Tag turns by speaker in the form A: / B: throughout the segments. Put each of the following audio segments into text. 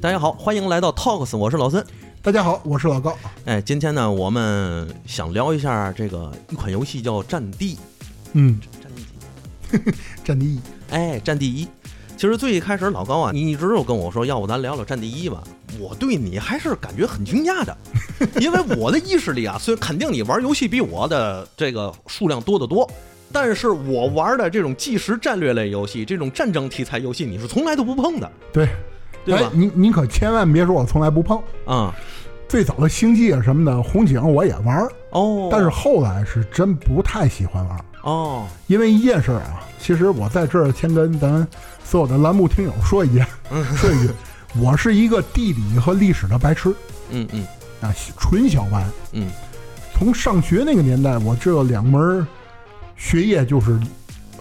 A: 大家好，欢迎来到 Talks，我是老孙。
B: 大家好，我是老高。
A: 哎，今天呢，我们想聊一下这个一款游戏叫《战地》。
B: 嗯，
A: 战地几？
B: 战地一，
A: 哎，《战地一》。其实最一开始老高啊，你一直有跟我说，要不咱聊聊《战地一》吧？我对你还是感觉很惊讶的，因为我的意识里啊，虽然肯定你玩游戏比我的这个数量多得多，但是我玩的这种计时战略类游戏，这种战争题材游戏，你是从来都不碰的，
B: 对，
A: 对
B: 哎
A: 吧？
B: 您您可千万别说我从来不碰，
A: 啊、
B: 最早的星际啊什么的，红警我也玩儿，
A: 哦，
B: 但是后来是真不太喜欢玩儿，
A: 哦，
B: 因为一件事儿啊，其实我在这儿先跟咱所有的栏目听友说一 下，说一句，我是一个地理和历史的白痴
A: 嗯嗯
B: 啊，纯小白。
A: 嗯，
B: 从上学那个年代，我这两门儿学业就是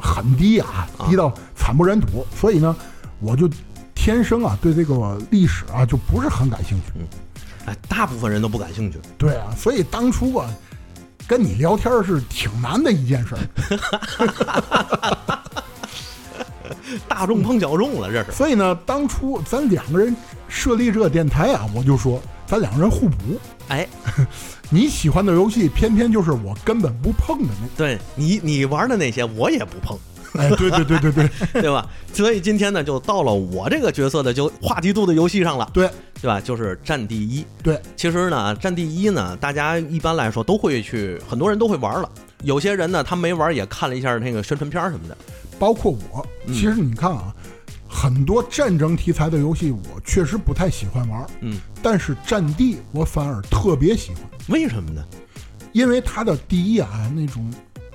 B: 很低啊，
A: 啊
B: 低到惨不忍睹。所以呢，我就天生啊对这个历史啊就不是很感兴趣。
A: 哎，大部分人都不感兴趣。
B: 对啊，所以当初啊跟你聊天是挺难的一件事儿。
A: 大众碰小众了，这是。
B: 所以呢，当初咱两个人设立这个电台啊，我就说咱两个人互补。
A: 哎，
B: 你喜欢的游戏，偏偏就是我根本不碰的
A: 对你你玩的那些我也不碰，
B: 那。哎，对对对对对
A: 对吧？ 所以今天呢，就到了我这个角色的就话题度的游戏上了，
B: 对
A: 对吧？就是《战地一》。
B: 对，
A: 其实呢，《战地一》呢，大家一般来说都会去，很多人都会玩了。有些人呢，他没玩也看了一下那个宣传片儿什么的。
B: 包括我，
A: 嗯
B: 其实你看啊，很多战争题材的游戏我确实不太喜欢玩，
A: 嗯，
B: 但是《战地》我反而特别喜欢，
A: 为什么呢？
B: 因为它的第一啊那种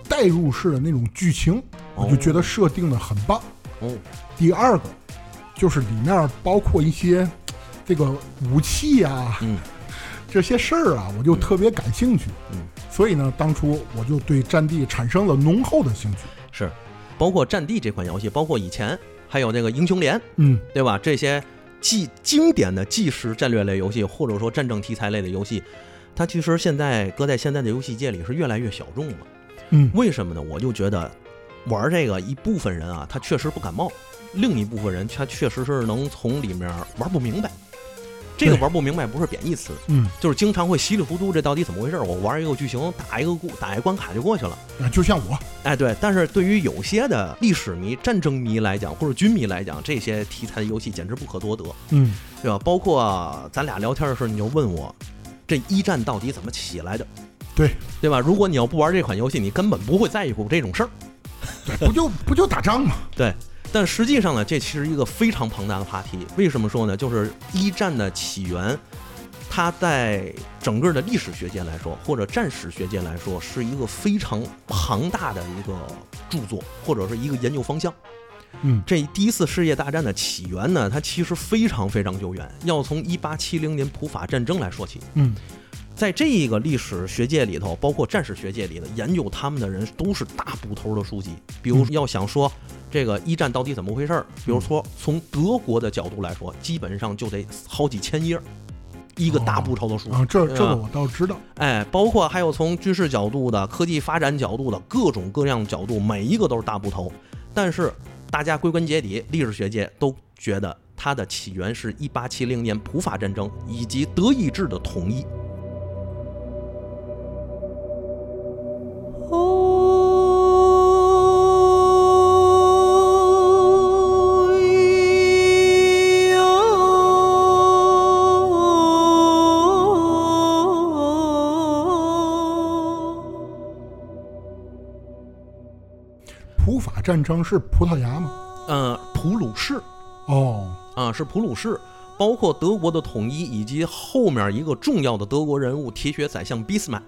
B: 代入式的那种剧情，我就觉得设定的很棒。
A: 哦，
B: 第二个就是里面包括一些这个武器啊，
A: 嗯
B: 这些事儿啊，我就特别感兴趣。
A: 嗯
B: 所以呢，当初我就对《战地》产生了浓厚的兴趣。
A: 是，包括《战地》这款游戏，包括以前还有那个《英雄联》，
B: 嗯，
A: 对吧？这些既经典的即时战略类游戏，或者说战争题材类的游戏，它其实现在搁在现在的游戏界里是越来越小众了。
B: 嗯
A: 为什么呢？我就觉得玩这个一部分人啊，他确实不感冒；另一部分人他确实是能从里面玩不明白。这个
B: 对
A: 玩不明白不是贬义词，
B: 嗯，
A: 就是经常会稀里糊涂，这到底怎么回事？我玩一个剧情，打一个故，打一关卡就过去了。
B: 啊就像我，
A: 哎，对，但是对于有些的历史迷、战争迷来讲，或者军迷来讲，这些题材的游戏简直不可多得，
B: 嗯，
A: 对吧？包括啊咱俩聊天的时候，你就问我，这一战到底怎么起来的，
B: 对，
A: 对吧？如果你要不玩这款游戏，你根本不会在乎这种事儿。
B: 对，不就不就打仗吗？
A: 对，但实际上呢，这其实一个非常庞大的话题。为什么说呢？就是一战的起源，它在整个的历史学界来说，或者战史学界来说，是一个非常庞大的一个著作，或者是一个研究方向。
B: 嗯，
A: 这第一次世界大战的起源呢，它其实非常非常久远，要从一八七零年普法战争来说起。
B: 嗯，
A: 在这一个历史学界里头，包括战史学界里的研究他们的人都是大部头的书籍。比如
B: 嗯
A: 要想说这个一战到底怎么回事儿，比如说从德国的角度来说，基本上就得好几千页儿，一个大部头的书。
B: 啊，这
A: 对啊
B: 这个我倒知道。
A: 哎，包括还有从军事角度的、科技发展角度的各种各样角度，每一个都是大部头。但是大家归根结底，历史学界都觉得它的起源是一八七零年普法战争以及德意志的统一。
B: 普法战争是葡萄牙吗？
A: 呃，普鲁士
B: 哦，
A: 啊，是普鲁士，包括德国的统一，以及后面一个重要的德国人物铁血宰相俾斯麦，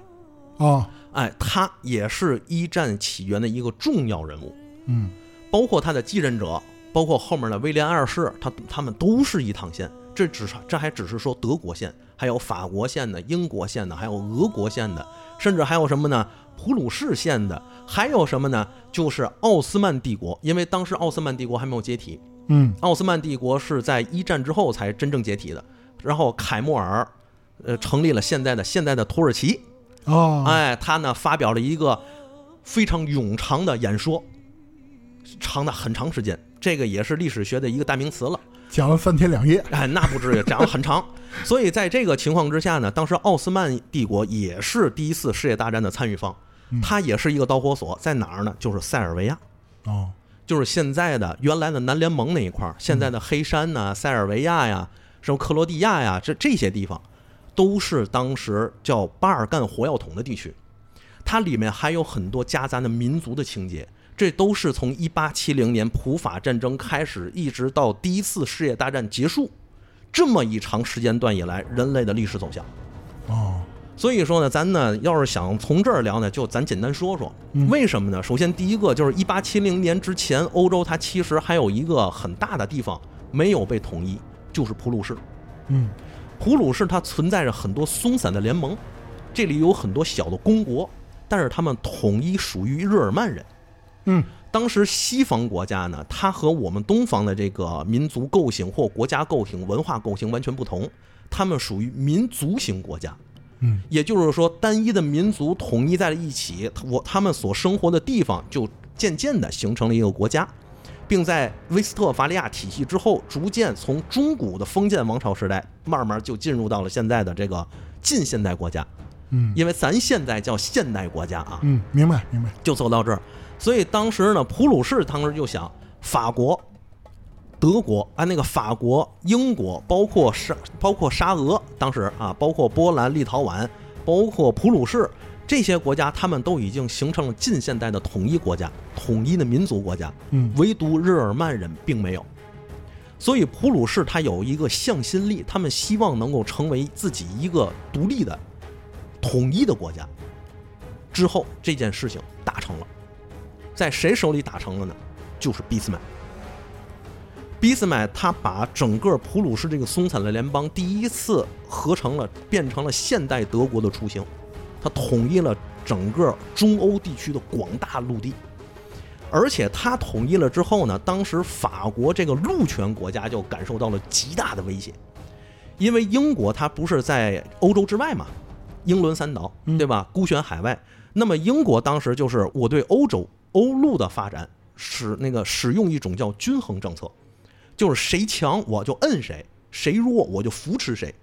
B: 啊，
A: 哎，他也是一战起源的一个重要人物，
B: 嗯，
A: 包括他的继任者，包括后面的威廉二世，他他们都是一趟线。这只是这还只是说德国线，还有法国线的、英国线的，还有俄国线的，甚至还有什么呢？普鲁士线的，还有什么呢？就是奥斯曼帝国，因为当时奥斯曼帝国还没有解体，
B: 嗯，
A: 奥斯曼帝国是在一战之后才真正解体的，然后凯末尔，呃，成立了现在的现在的土耳其。
B: 啊，
A: 哎，他呢发表了一个非常冗长的演说，长达很长时间，这个也是历史学的一个代名词了。
B: 讲了三天两夜。
A: 哎，那不至于，讲了很长。所以在这个情况之下呢，当时奥斯曼帝国也是第一次世界大战的参与方，它也是一个导火索，在哪儿呢？就是塞尔维亚，
B: 哦，
A: 就是现在的原来的南联盟那一块儿，现在的黑山呐、塞尔维亚呀、什么克罗地亚呀，这这些地方都是当时叫巴尔干火药桶的地区，它里面还有很多夹杂的民族的情节。这都是从一八七零年普法战争开始，一直到第一次世界大战结束，这么一长时间段以来，人类的历史走向。
B: 哦，
A: 所以说呢，咱呢要是想从这儿聊呢，就咱简单说说为什么呢？首先，第一个就是一八七零年之前，欧洲它其实还有一个很大的地方没有被统一，就是普鲁士。
B: 嗯，
A: 普鲁士它存在着很多松散的联盟，这里有很多小的公国，但是他们统一属于日耳曼人。
B: 嗯，
A: 当时西方国家呢，它和我们东方的这个民族构型或国家构型、文化构型完全不同，他们属于民族型国家。
B: 嗯，
A: 也就是说，单一的民族统一在了一起，我他们所生活的地方就渐渐的形成了一个国家，并在威斯特伐利亚体系之后，逐渐从中古的封建王朝时代，慢慢就进入到了现在的这个近现代国家。
B: 嗯
A: 因为咱现在叫现代国家啊，
B: 嗯，明白明白。
A: 就走到这儿。所以当时呢，普鲁士当时就想，法国、德国啊，那个法国、英国，包括沙，包括沙俄，当时啊，包括波兰、立陶宛，包括普鲁士这些国家，他们都已经形成了近现代的统一国家、统一的民族国家，
B: 嗯
A: 唯独日耳曼人并没有。所以普鲁士它有一个向心力，他们希望能够成为自己一个独立的、统一的国家。之后这件事情打成了，在谁手里打成了呢？就是俾斯麦。俾斯麦他把整个普鲁士这个松散的联邦第一次合成了，变成了现代德国的雏形，他统一了整个中欧地区的广大陆地。而且他统一了之后呢，当时法国这个陆权国家就感受到了极大的威胁，因为英国它不是在欧洲之外嘛，英伦三岛对吧？孤悬海外。那么英国当时就是我对欧洲欧陆的发展使那个使用一种叫均衡政策，就是谁强我就摁谁，谁弱我就扶持谁。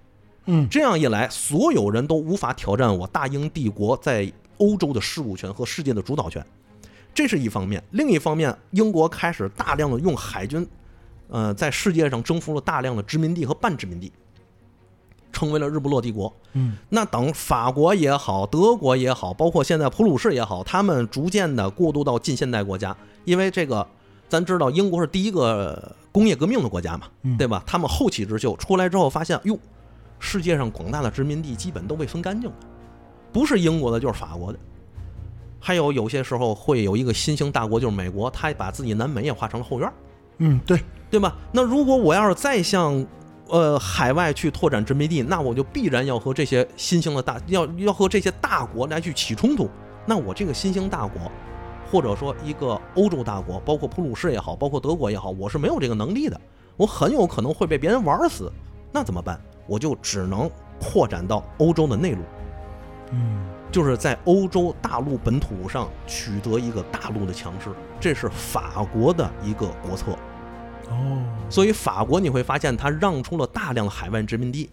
B: 嗯
A: 这样一来，所有人都无法挑战我大英帝国在欧洲的事务权和世界的主导权，这是一方面。另一方面，英国开始大量的用海军，呃，在世界上征服了大量的殖民地和半殖民地，成为了日不落帝国。
B: 嗯，
A: 那等法国也好，德国也好，包括现在普鲁士也好，他们逐渐的过渡到近现代国家，因为这个咱知道英国是第一个工业革命的国家嘛，对吧？他们后起之秀出来之后发现，哟，世界上广大的殖民地基本都被分干净了，不是英国的就是法国的。还有有些时候会有一个新兴大国，就是美国，他把自己南美也划成了后院儿，
B: 嗯，对，
A: 对吧？那如果我要是再向呃海外去拓展殖民地，那我就必然要和这些新兴的大要要和这些大国来去起冲突。那我这个新兴大国，或者说一个欧洲大国，包括普鲁士也好，包括德国也好，我是没有这个能力的，我很有可能会被别人玩死。那怎么办？我就只能扩展到欧洲的内陆，
B: 嗯
A: 就是在欧洲大陆本土上取得一个大陆的强势，这是法国的一个国策。
B: 哦，
A: 所以法国你会发现，它让出了大量的海外殖民地，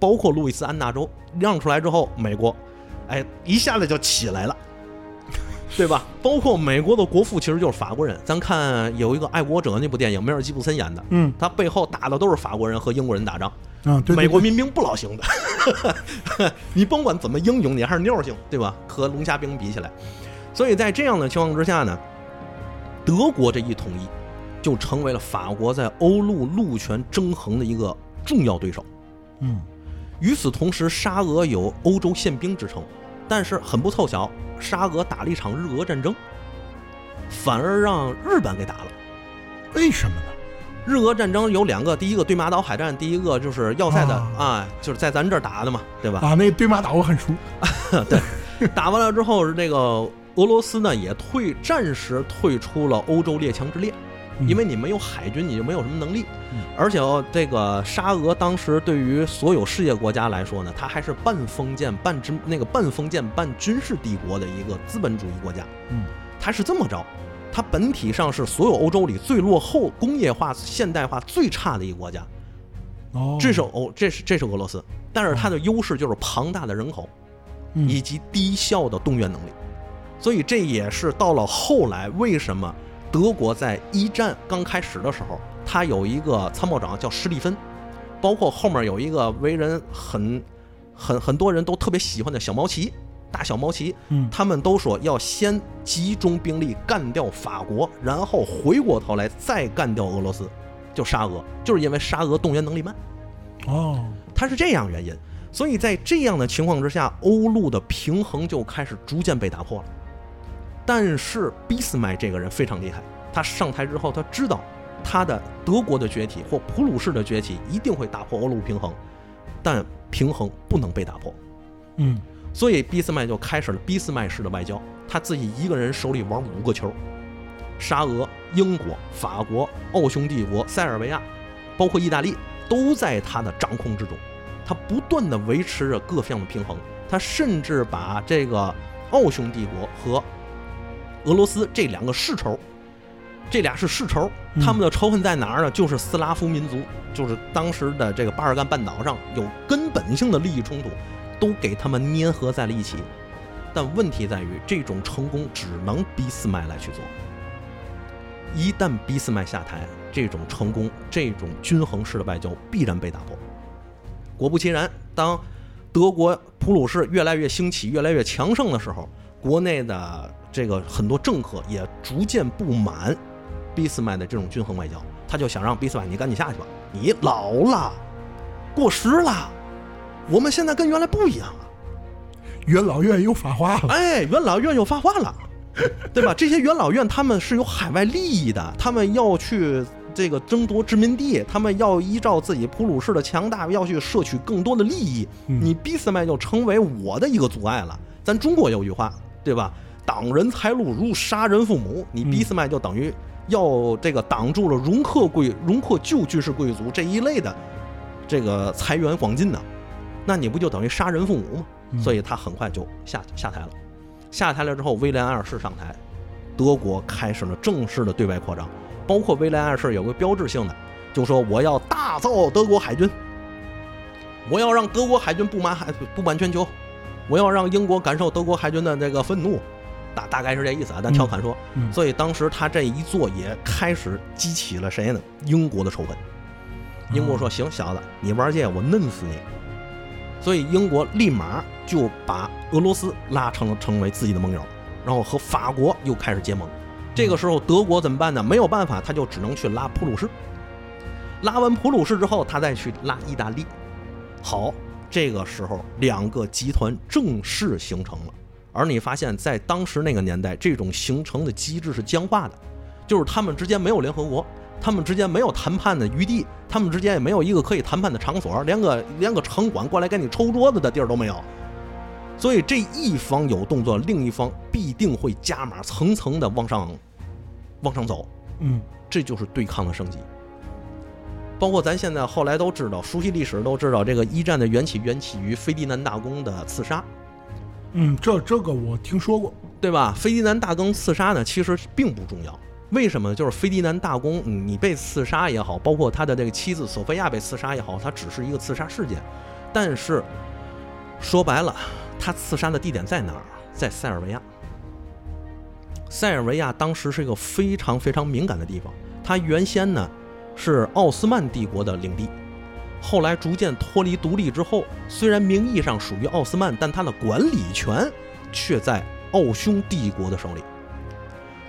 A: 包括路易斯安那州让出来之后，美国，哎，一下子就起来了，对吧？包括美国的国父其实就是法国人。咱看有一个《爱国者》那部电影，梅尔吉布森演的，
B: 嗯
A: 他背后打的都是法国人和英国人打仗，
B: 啊，对，对
A: 美国
B: 对
A: 民兵不老行的， 你甭管怎么英勇，你还是妞儿性，对吧？和龙虾兵比起来，所以在这样的情况之下呢，德国这一统一，就成为了法国在欧陆陆权争衡的一个重要对手。
B: 嗯
A: 与此同时，沙俄有欧洲宪兵之称，但是很不凑巧，沙俄打了一场日俄战争，反而让日本给打了。
B: 为什么呢？
A: 日俄战争有两个，第一个对马岛海战，第一个就是要塞的
B: 啊
A: 啊，就是在咱这儿打的嘛，对吧？
B: 啊，那对马岛我很熟。
A: 打完了之后，这个俄罗斯呢也退，暂时退出了欧洲列强之列，
B: 嗯
A: 因为你没有海军，你就没有什么能力
B: 嗯。
A: 而且哦这个沙俄当时对于所有世界国家来说呢，它还是半封建、半殖那个半封建、半军事帝国的一个资本主义国家。
B: 嗯
A: 它是这么着，它本体上是所有欧洲里最落后、工业化、现代化最差的一个国家，
B: 哦，
A: 这是欧，这是这是俄罗斯，但是它的优势就是庞大的人口
B: 嗯
A: 以及低效的动员能力，所以这也是到了后来为什么德国在一战刚开始的时候，它有一个参谋长叫施利芬，包括后面有一个为人很很很多人都特别喜欢的小毛奇，大小毛奇，
B: 嗯
A: 他们都说要先集中兵力干掉法国，然后回过头来再干掉俄罗斯，就沙俄，就是因为沙俄动员能力慢，
B: 哦，
A: 它是这样原因。所以在这样的情况之下，欧陆的平衡就开始逐渐被打破了。但是俾斯麦这个人非常厉害，他上台之后，他知道他的德国的崛起或普鲁士的崛起一定会打破欧陆平衡，但平衡不能被打破。
B: 嗯，
A: 所以俾斯麦就开始了俾斯麦式的外交，他自己一个人手里玩五个球，沙俄、英国、法国、奥匈帝国、塞尔维亚，包括意大利，都在他的掌控之中。他不断的维持着各项的平衡，他甚至把这个奥匈帝国和俄罗斯这两个世仇，这俩是世仇，
B: 嗯
A: 他们的仇恨在哪儿呢？就是斯拉夫民族，就是当时的这个巴尔干半岛上有根本性的利益冲突，都给他们粘合在了一起。但问题在于，这种成功只能俾斯麦来去做。一旦俾斯麦下台，这种成功、这种均衡式的外交必然被打破。果不其然，当德国、普鲁士越来越兴起、越来越强盛的时候，国内的这个很多政客也逐渐不满俾斯麦的这种均衡外交，他就想让俾斯麦你赶紧下去吧，你老了，过时了，我们现在跟原来不一样了。
B: 越老越有法化了，
A: 哎，元老院又发话了，对吧？这些元老院他们是有海外利益的，他们要去这个争夺殖民地，他们要依照自己普鲁士的强大，要去摄取更多的利益。
B: 嗯
A: 你俾斯麦就成为我的一个阻碍了。咱中国有句话，对吧？挡人财路如杀人父母，
B: 嗯
A: 你俾斯麦就等于要这个挡住了容克贵、容克旧军事贵族这一类的这个财源广进呢，那你不就等于杀人父母吗？
B: 嗯
A: 所以他很快就下下台了。下台了之后，威廉二世上台，德国开始了正式的对外扩张，包括威廉二世有个标志性的，就说我要大造德国海军，我要让德国海军布满海布满全球，我要让英国感受德国海军的这个愤怒，大大概是这意思啊。但
B: 嗯
A: 调侃说，
B: 嗯
A: 所以当时他这一做也开始激起了谁呢？英国的仇恨。英
B: 哦
A: 国说：“行，小子，你玩这，我弄死你。”所以英国立马就把俄罗斯拉成了成为自己的盟友，然后和法国又开始结盟。这个时候，德国怎么办呢？没有办法，他就只能去拉普鲁士。拉完普鲁士之后，他再去拉意大利。好，这个时候两个集团正式形成了。而你发现，在当时那个年代，这种形成的机制是僵化的，就是他们之间没有联合国，他们之间没有谈判的余地，他们之间也没有一个可以谈判的场所，连个连个城管过来跟你抽桌子的地儿都没有。所以这一方有动作，另一方必定会加码，层层的往上往上走。
B: 嗯
A: 这就是对抗的升级。包括咱现在后来都知道，熟悉历史都知道，这个一战的缘起缘起于斐迪南大公的刺杀，
B: 嗯，这这个我听说过，
A: 对吧？斐迪南大公刺杀呢，其实并不重要。为什么呢？就是斐迪南大公，嗯你被刺杀也好，包括他的这个妻子索菲亚被刺杀也好，它只是一个刺杀事件。但是说白了，他刺杀的地点在哪儿？啊在塞尔维亚。塞尔维亚当时是一个非常非常敏感的地方，它原先呢是奥斯曼帝国的领地，后来逐渐脱离独立之后，虽然名义上属于奥斯曼，但它的管理权却在奥匈帝国的手里。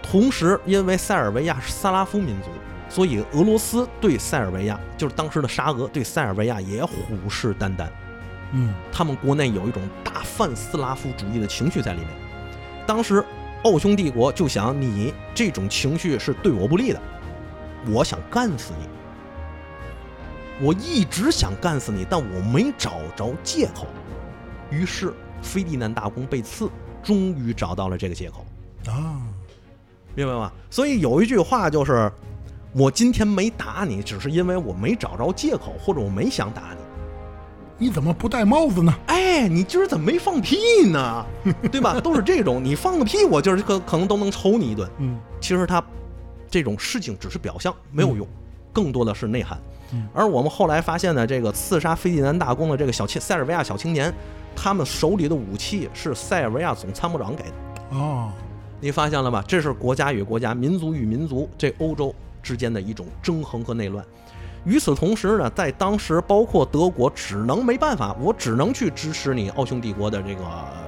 A: 同时，因为塞尔维亚是萨拉夫民族，所以俄罗斯对塞尔维亚，就是当时的沙俄对塞尔维亚也虎视眈眈。
B: 嗯
A: 他们国内有一种大泛斯拉夫主义的情绪在里面。当时奥匈帝国就想，你这种情绪是对我不利的，我想干死你。我一直想干死你，但我没找着借口。于是，菲迪南大公被刺，终于找到了这个借口。
B: 啊，
A: 明白吗？所以有一句话就是，我今天没打你，只是因为我没找着借口，或者我没想打你。
B: 你怎么不戴帽子呢？
A: 哎，你今儿怎么没放屁呢？ 对吧？都是这种，你放个屁，我今儿可可能都能抽你一顿。
B: 嗯
A: 其实他这种事情只是表象，没有用，更多的是内涵
B: 嗯。
A: 而我们后来发现呢，这个刺杀费迪南大公的这个小青塞尔维亚小青年，他们手里的武器是塞尔维亚总参谋长给的。
B: 哦，
A: 你发现了吧？这是国家与国家、民族与民族这欧洲之间的一种争衡和内乱。与此同时呢，在当时，包括德国，只能没办法，我只能去支持你奥匈帝国的这个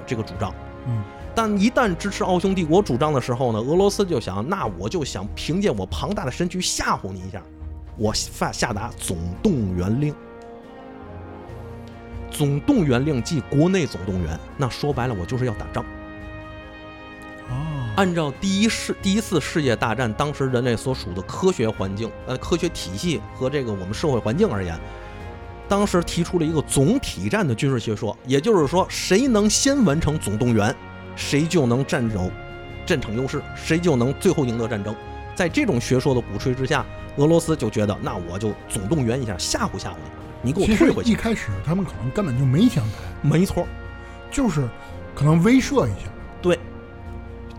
A: 这个主张。
B: 嗯
A: 但一旦支持奥匈帝国主张的时候呢，俄罗斯就想，那我就想凭借我庞大的身躯吓唬你一下，我下下达总动员令。总动员令即国内总动员，那说白了，我就是要打仗。
B: 哦，
A: 按照第一世第一次世界大战当时人类所属的科学环境、呃科学体系和这个我们社会环境而言，当时提出了一个总体战的军事学说，也就是说，谁能先完成总动员，谁就能占有战场优势，谁就能最后赢得战争。在这种学说的鼓吹之下，俄罗斯就觉得，那我就总动员一下，吓唬吓唬你，你给我
B: 其实
A: 退回
B: 一
A: 去。
B: 开始他们可能根本就没想打，
A: 没错，
B: 就是可能威慑一下。
A: 对。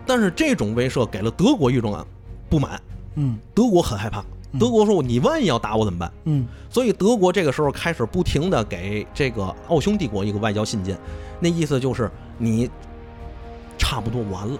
A: 但是这种威慑给了德国一种啊不满，
B: 嗯
A: 德国很害怕。
B: 嗯
A: 德国说：“你万一要打我怎么办
B: 嗯？”
A: 所以德国这个时候开始不停的给这个奥匈帝国一个外交信件，那意思就是你差不多完了，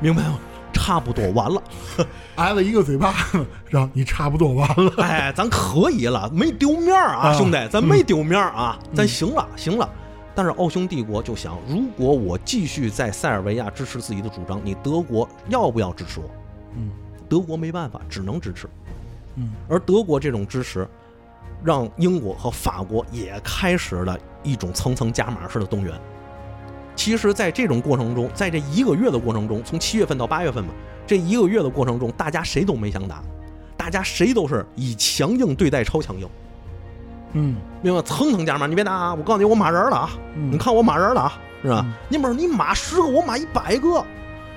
A: 明白吗？差不多完了，
B: 挨了一个嘴巴 子，然后你差不多完了。
A: 哎，咱可以了，没丢面儿啊，
B: 啊嗯
A: 兄弟，咱没丢面儿啊，咱行了，行了。但是奥匈帝国就想，如果我继续在塞尔维亚支持自己的主张，你德国要不要支持我？
B: 嗯
A: 德国没办法，只能支持。
B: 嗯，
A: 而德国这种支持，让英国和法国也开始了一种层层加码式的动员。其实，在这种过程中，在这一个月的过程中，从七月份到八月份嘛，这一个月的过程中，大家谁都没想打，大家谁都是以强硬对待超强硬，
B: 嗯
A: 明白吗？层层加码，你别打啊！我告诉你，我码人了啊！
B: 嗯
A: 你看我码人了啊，是吧
B: 嗯？
A: 你不是你码十个，我码一百个，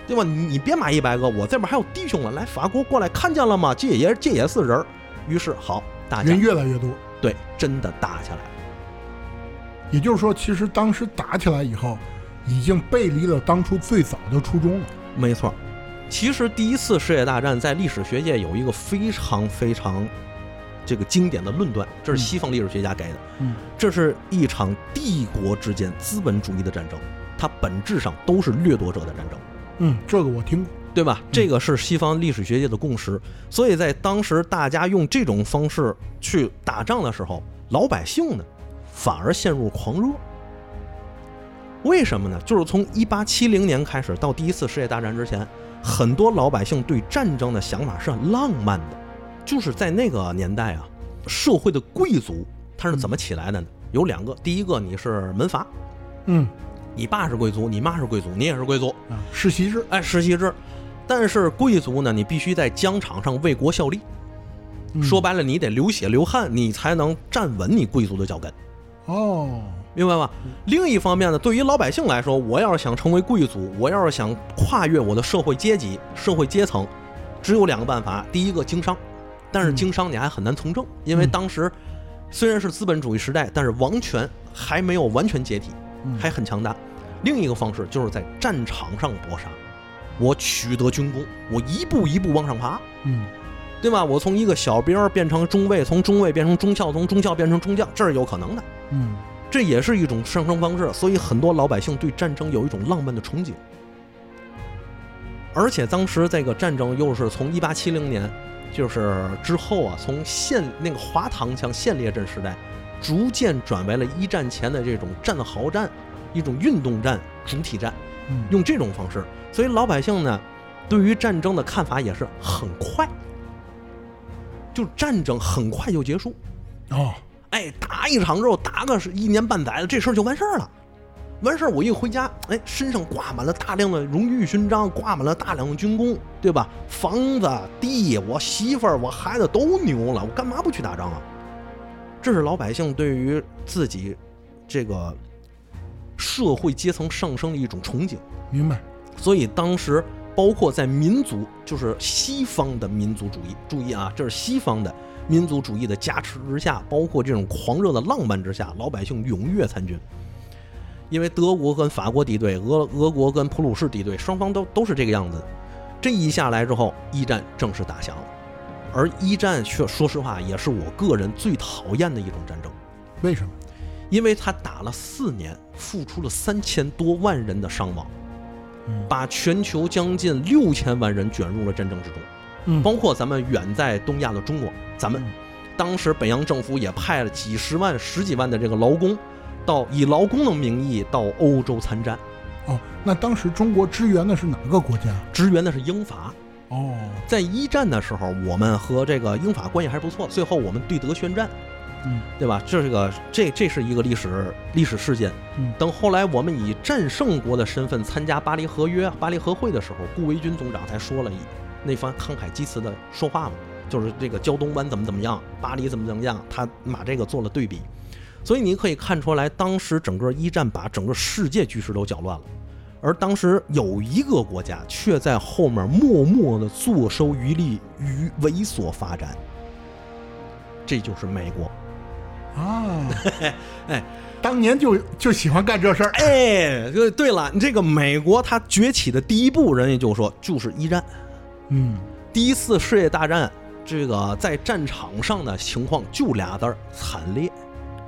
A: 对吧？你你别码一百个，我这边还有弟兄们来法国过来，看见了吗？这也这也是人儿。于是好，大家
B: 人越来越多。
A: 对真的打起来了。
B: 也就是说，其实当时打起来以后，已经背离了当初最早的初衷了。
A: 没错，其实第一次世界大战在历史学界有一个非常非常这个经典的论断，这是
B: 嗯
A: 西方历史学家给的。
B: 嗯
A: 这是一场帝国之间资本主义的战争，它本质上都是掠夺者的战争。
B: 嗯，这个我听过。
A: 对吧？这个是西方历史学界的共识，所以在当时大家用这种方式去打仗的时候，老百姓呢反而陷入狂热。为什么呢？就是从一八七零年开始到第一次世界大战之前，很多老百姓对战争的想法是很浪漫的，就是在那个年代啊，社会的贵族他是怎么起来的呢？有两个，第一个你是门阀，
B: 嗯
A: 你爸是贵族，你妈是贵族，你也是贵族，
B: 啊，世袭制。
A: 哎，世袭制。但是贵族呢，你必须在疆场上为国效力。
B: 嗯
A: 说白了，你得流血流汗，你才能站稳你贵族的脚跟，
B: 哦，
A: 明白吧？另一方面呢，对于老百姓来说，我要是想成为贵族，我要是想跨越我的社会阶级、社会阶层，只有两个办法：第一个经商，但是
B: 嗯
A: 经商你还很难从政，因为
B: 嗯
A: 当时虽然是资本主义时代，但是王权还没有完全解体。
B: 嗯
A: 还很强大。另一个方式就是在战场上搏杀，我取得军功，我一步一步往上爬，
B: 嗯
A: 对吧？我从一个小兵儿变成中尉，从中尉变成中校，从中校变成中将，这是有可能的。
B: 嗯
A: 这也是一种上升方式，所以很多老百姓对战争有一种浪漫的憧憬。而且当时这个战争又是从一八七零年，就是之后啊，从现那个华唐腔现列阵时代，逐渐转为了一战前的这种战壕战，一种运动战、主体战，
B: 嗯，
A: 用这种方式。所以老百姓呢，对于战争的看法也是很快，就战争很快就结束。
B: 哦，
A: 哎，打一场之后打个是一年半载的，这事儿就完事儿了。完事儿，我一回家，哎，身上挂满了大量的荣誉勋章，挂满了大量的军功，对吧？房子、地，我媳妇儿、我孩子都牛了，我干嘛不去打仗啊？这是老百姓对于自己这个社会阶层上升的一种憧憬。
B: 明白。
A: 所以当时包括在民族，就是西方的民族主义，注意啊，这是西方的民族主义的加持之下，包括这种狂热的浪漫之下，老百姓踊跃参军。因为德国跟法国敌对，俄俄国跟普鲁士敌对，双方都都是这个样子。这一下来之后，一战正式打响了。而一战却说实话也是我个人最讨厌的一种战争，
B: 为什么？
A: 因为他打了四年，付出了三千多万人的伤亡，
B: 嗯
A: 把全球将近六千万人卷入了战争之中。
B: 嗯
A: 包括咱们远在东亚的中国，咱们当时北洋政府也派了几十万、十几万的这个劳工，到以劳工的名义到欧洲参战，
B: 哦，那当时中国支援的是哪个国家？
A: 支援的是英法。
B: 哦，
A: 在一战的时候，我们和这个英法关系还是不错，最后我们对德宣战，
B: 嗯
A: 对吧？这是个这这是一个历史历史事件。
B: 嗯
A: 等后来我们以战胜国的身份参加巴黎合约、巴黎和会的时候，顾维钧总长才说了一那番慷慨激词的说话嘛，就是这个胶东湾怎么怎么样，巴黎怎么怎么样，他把这个做了对比。所以你可以看出来，当时整个一战把整个世界局势都搅乱了，而当时有一个国家却在后面默默的坐收渔利于猥琐发展，这就是美国。，
B: 啊
A: 哎，
B: 当年就就喜欢干这事儿。
A: 哎，对对了，你这个美国它崛起的第一步，人家就说就是一战，
B: 嗯，
A: 第一次世界大战，这个在战场上的情况就俩字儿惨烈，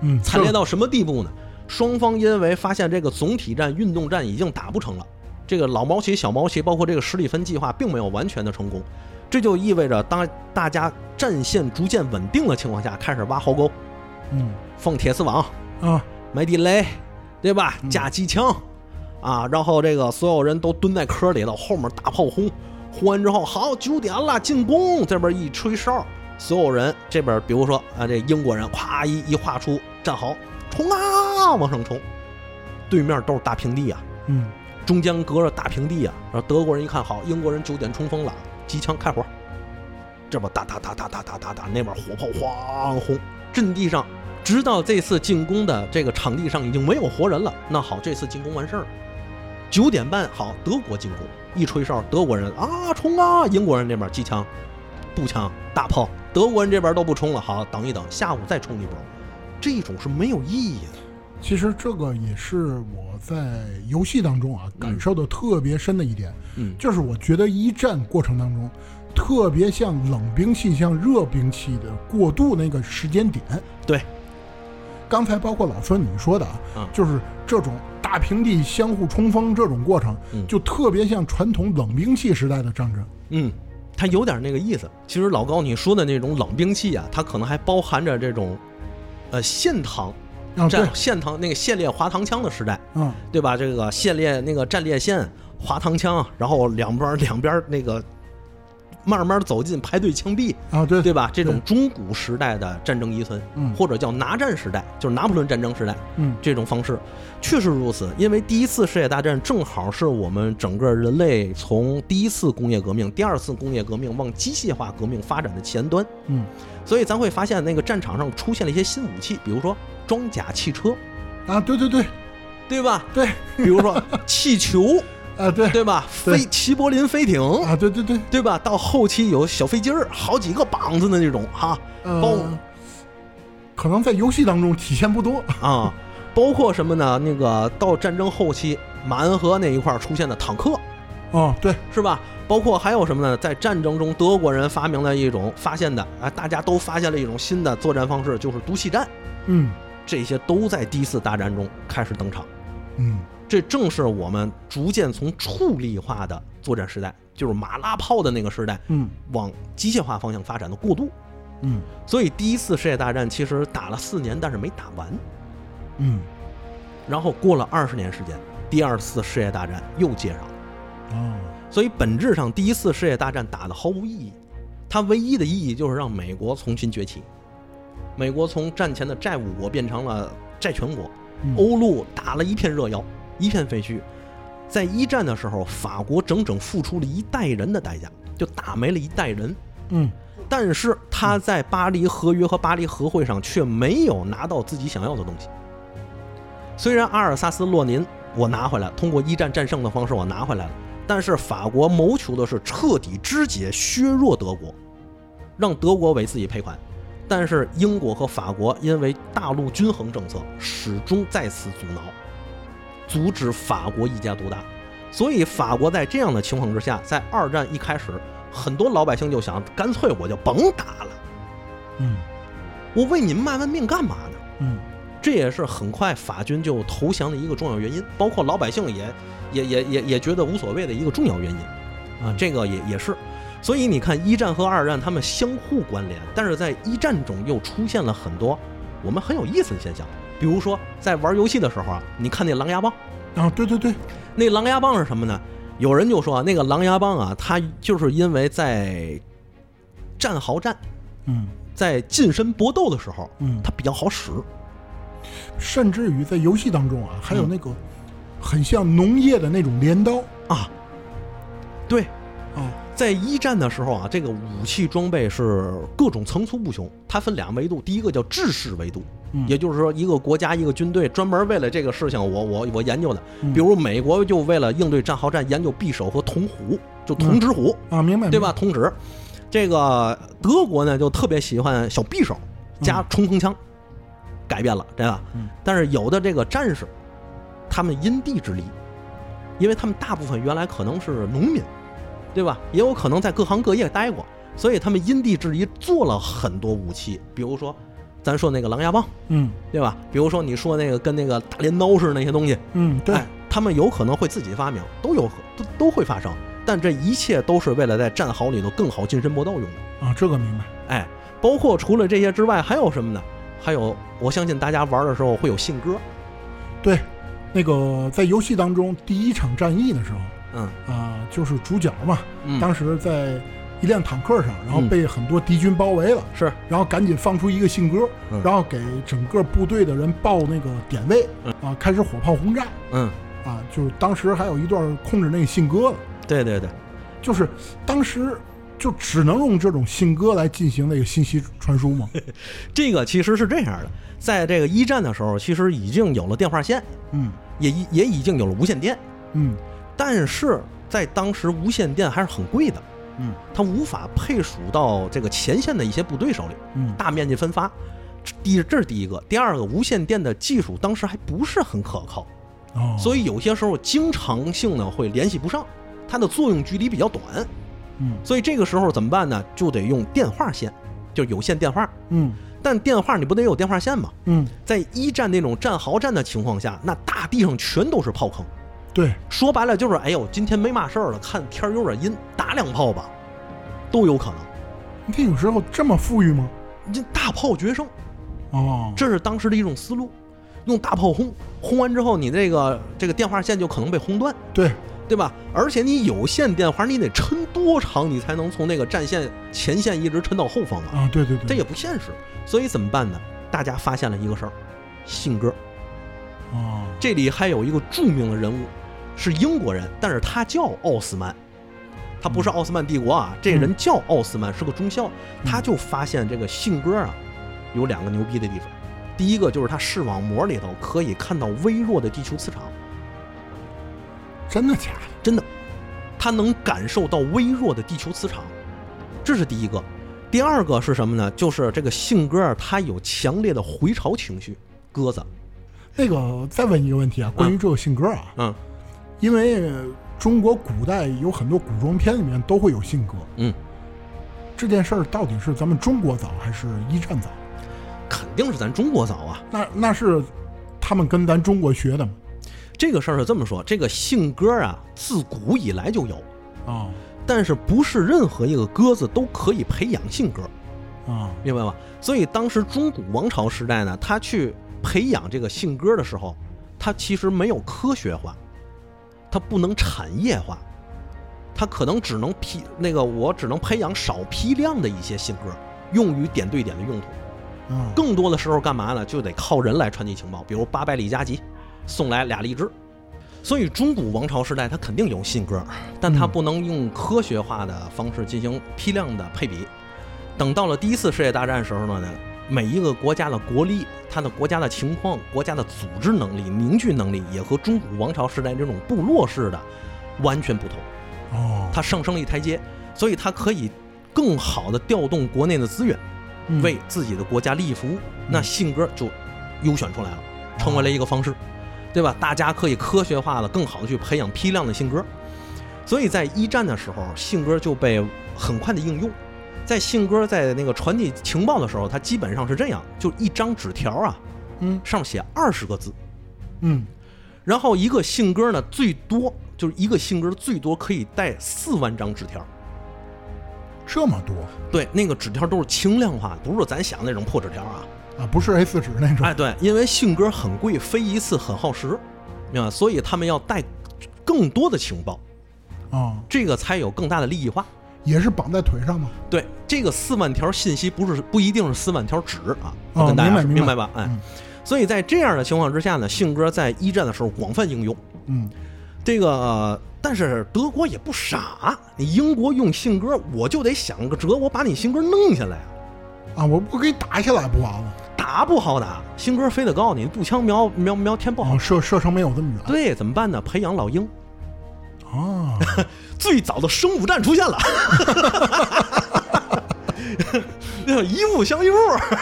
B: 嗯，
A: 惨烈到什么地步呢？双方因为发现这个总体战、运动战已经打不成了，这个老毛奇、小毛奇，包括这个史蒂芬计划，并没有完全的成功，这就意味着当大家战线逐渐稳定的情况下，开始挖壕沟、
B: 嗯
A: 放铁丝网、
B: 啊，
A: 埋地雷，对吧？架机枪，啊，然后这个所有人都蹲在壳里头，后面大炮轰，轰完之后，好，九点了，进攻！这边一吹哨，所有人这边，比如说啊，这英国人咵一一画出战壕，冲啊，往上冲，对面都是大平地啊，
B: 嗯
A: 中间隔着大平地啊，然后德国人一看好，英国人九点冲锋了，机枪开火，这边打打打打打打打打，那边火炮哗轰，阵地上，直到这次进攻的这个场地上已经没有活人了。那好，这次进攻完事儿了，九点半好，德国进攻，一吹哨，德国人啊冲啊，英国人那边机枪、步枪、大炮，德国人这边都不冲了，好，等一等，下午再冲一波，这种是没有意义的。
B: 其实这个也是我在游戏当中啊感受的特别深的一点，
A: 嗯
B: 就是我觉得一战过程当中，特别像冷兵器向热兵器的过渡那个时间点。
A: 对，
B: 刚才包括老孙你说的啊，
A: 嗯
B: 就是这种大平地相互冲锋这种过程，
A: 嗯
B: 就特别像传统冷兵器时代的战争。
A: 嗯，它有点那个意思。其实老高你说的那种冷兵器啊，它可能还包含着这种，呃，线膛
B: 啊，对
A: 战、，线膛那个线列滑膛枪的时代，
B: 嗯，
A: 对吧？这个线列那个战列线滑膛枪，然后两边两边那个慢慢走近排队枪毙，
B: 啊，对，
A: 对吧？这种中古时代的战争遗存，
B: 嗯
A: 或者叫拿战时代，就是拿破仑战争时代，
B: 嗯
A: 这种方式，确实如此。因为第一次世界大战正好是我们整个人类从第一次工业革命、第二次工业革命往机械化革命发展的前端，
B: 嗯
A: 所以咱会发现那个战场上出现了一些新武器，比如说装甲汽车，
B: 啊，对对对
A: 对吧？
B: 对，
A: 比如说气球，
B: 啊对
A: 对吧？
B: 对
A: 飞齐柏林飞艇。
B: 啊对对对，
A: 对吧？到后期有小飞机儿，好几个膀子的那种哈、
B: 呃
A: 包，
B: 可能在游戏当中体现不多。
A: 啊，包括什么呢？那个到战争后期，马恩河那一块儿出现的坦克，
B: 哦，对，
A: 是吧？包括还有什么呢？在战争中，德国人发明了一种发现的啊，大家都发现了一种新的作战方式，就是毒气战，
B: 嗯
A: 这些都在第一次大战中开始登场。
B: 嗯
A: 这正是我们逐渐从处理化的作战时代，就是马拉炮的那个时代，
B: 嗯
A: 往机械化方向发展的过渡。
B: 嗯
A: 所以，第一次世界大战其实打了四年，但是没打完。
B: 嗯，
A: 然后过了二十年时间，第二次世界大战又接上了。
B: 哦，
A: 所以本质上，第一次世界大战打得毫无意义，它唯一的意义就是让美国重新崛起。美国从战前的债务国变成了债权国，
B: 嗯
A: 欧陆打了一片热窑，一片废墟。在一战的时候，法国整整付出了一代人的代价，就打没了一代人。
B: 嗯
A: 但是他在巴黎合约和巴黎和会上却没有拿到自己想要的东西。虽然阿尔萨斯洛宁我拿回来了，通过一战战胜的方式我拿回来了，但是法国谋求的是彻底肢解、削弱德国，让德国为自己赔款。但是英国和法国因为大陆均衡政策，始终再次阻挠，阻止法国一家独大。所以法国在这样的情况之下，在二战一开始，很多老百姓就想，干脆我就甭打了，
B: 嗯
A: 我为你们卖完命干嘛呢？
B: 嗯
A: 这也是很快法军就投降的一个重要原因，包括老百姓也也也也也觉得无所谓的一个重要原因啊，这个也也是。所以你看，一战和二战他们相互关联，但是在一战中又出现了很多我们很有意思的现象，比如说在玩游戏的时候啊，你看那狼牙棒，
B: 啊，对对对，
A: 那狼牙棒是什么呢？有人就说啊那个狼牙棒啊，它就是因为在战壕战
B: 嗯
A: 在近身搏斗的时候，
B: 嗯，
A: 它比较好使，
B: 甚至于在游戏当中
A: 嗯
B: 啊，还有那个很像农业的那种镰刀
A: 啊，对，
B: 啊，
A: 在一战的时候啊，这个武器装备是各种层出不穷，它分两个维度，第一个叫制式维度，
B: 嗯
A: 也就是说一个国家一个军队专门为了这个事情我，我我研究的，
B: 嗯
A: 比如美国就为了应对战壕战研究匕首和铜壶，就铜指虎，
B: 啊，明白
A: 对吧？？铜指，这个德国呢就特别喜欢小匕首加冲锋枪，改变了对吧？
B: 嗯
A: 但是有的这个战士，他们因地制宜，因为他们大部分原来可能是农民，对吧？也有可能在各行各业待过，所以他们因地制宜做了很多武器，比如说咱说那个狼牙棒，
B: 明白
A: 对吧？比如说你说那个跟那个大镰刀似的那些东西，
B: 嗯嗯，对，
A: 哎，他们有可能会自己发明，都有都都会发生，但这一切都是为了在战壕里头更好近身搏斗用的。
B: 啊，这个明白，
A: 哎，包括除了这些之外，还有什么呢？还有，我相信大家玩的时候会有信鸽，
B: 对，那个在游戏当中第一场战役的时候
A: 嗯
B: 啊，就是主角嘛，
A: 嗯，
B: 当时在一辆坦克上，然后
A: 嗯
B: 被很多敌军包围了。
A: 是
B: 然后赶紧放出一个信鸽
A: 嗯，
B: 然后给整个部队的人报那个点位
A: 嗯，
B: 啊，开始火炮轰炸
A: 嗯，
B: 啊，就是当时还有一段控制那个信鸽的，
A: 对对对，
B: 就是当时就只能用这种信鸽来进行那个信息传输嘛。
A: 这个其实是这样的，在这个一战的时候，其实已经有了电话线，
B: 嗯
A: 也已也已经有了无线电，
B: 嗯
A: 但是在当时无线电还是很贵的，
B: 嗯
A: 它无法配属到这个前线的一些部队手里。
B: 嗯
A: 大面积分发。这第这是第一个，第二个，无线电的技术当时还不是很可靠，
B: 哦，
A: 所
B: 以
A: 以有些时候经常性的会联系不上，它的作用距离比较短，
B: 嗯
A: 所以这个时候怎么办呢？就得用电话线，就有线电话。
B: 嗯
A: 但电话你不得有电话线吗？
B: 嗯，
A: 在一战那种战壕战的情况下，那大地上全都是炮坑，
B: 对，
A: 说白了就是，哎呦，今天没嘛事儿了，看天儿有点阴，打两炮吧，都有可能。
B: 那个时候这么富裕吗？
A: 这大炮决胜，
B: 哦，
A: 这是当时的一种思路，用大炮轰，轰完之后你这个这个电话线就可能被轰断，
B: 对，
A: 对吧？而且你有线电话，你得抻多长，你才能从那个战线前线一直抻到后方啊？
B: 啊，对对
A: 这
B: 对，
A: 也不现实，所以怎么办呢？大家发现了一个事儿，信鸽。
B: 哦，
A: 这里还有一个著名的人物，是英国人，但是他叫奥斯曼，他不是奥斯曼帝国啊，这人叫奥斯曼，是个中校，他就发现这个信鸽啊，有两个牛逼的地方，第一个就是他视网膜里头可以看到微弱的地球磁场，
B: 真的假的？
A: 真的，他能感受到微弱的地球磁场，这是第一个。第二个是什么呢？就是这个信鸽啊，它有强烈的回潮情绪，鸽子，
B: 那个再问一个问题啊，关于这个信鸽啊，
A: 嗯
B: 因为中国古代有很多古装片里面都会有信鸽，
A: 嗯，
B: 这件事儿到底是咱们中国早还是一战早？
A: 肯定是咱中国早啊。
B: 那那是他们跟咱中国学的吗？
A: 这个事儿是这么说，这个信鸽啊，自古以来就有，
B: 啊
A: 但是不是任何一个鸽子都可以培养信鸽，
B: 啊
A: 明白吧？所以当时中古王朝时代呢，他去培养这个信鸽的时候，它其实没有科学化，它不能产业化，它可能只能批那个我只能培养少批量的一些信鸽，用于点对点的用途。
B: 啊！
A: 更多的时候干嘛呢？就得靠人来传递情报，比如八百里加急送来俩荔枝。所以中古王朝时代它肯定有信鸽，但它
B: 嗯
A: 不能用科学化的方式进行批量的配比。等到了第一次世界大战时候呢，每一个国家的国力、它的国家的情况、国家的组织能力、凝聚能力也和中古王朝时代这种部落式的完全不同。
B: 哦，
A: 它上升了一台阶，所以它可以更好的调动国内的资源，
B: 嗯
A: 为自己的国家利益服务，那信鸽就优选出来了，成为了一个方式，对吧？大家可以科学化的、更好的去培养批量的信鸽，所以在一战的时候，信鸽就被很快的应用。在信鸽在那个传递情报的时候，它基本上是这样，就一张纸条啊，
B: 嗯
A: 上写二十个字，
B: 嗯
A: 然后一个信鸽呢，最多就是一个信鸽最多可以带四万张纸条。
B: 这么多
A: 对，那个纸条都是轻量化，不是咱想的那种破纸条啊。
B: 啊，不是 A 4纸那种，
A: 哎，对，因为信鸽很贵，飞一次很耗时，啊，所以他们要带更多的情报，
B: 啊，
A: 这个才有更大的利益化。
B: 也是绑在腿上嘛。
A: 对，这个四万条信息不是不一定是四万条纸啊，我
B: 哦
A: 跟大家
B: 明白
A: 说
B: 明
A: 明白
B: 白
A: 吧？哎，
B: 嗯
A: 所以在这样的情况之下呢，信鸽在一战的时候广泛应用。
B: 嗯，
A: 这个，呃但是德国也不傻，你英国用信鸽，我就得想个辙，我把你信鸽弄下来啊。
B: 啊，我不给打下来不完了，
A: 打不好打，信鸽飞得高，你步枪瞄瞄瞄天不好
B: 啊，。射射程没有这么远。
A: 对，怎么办呢？培养老鹰。
B: 啊，
A: 最早的生物战出现了， 那一物降一物，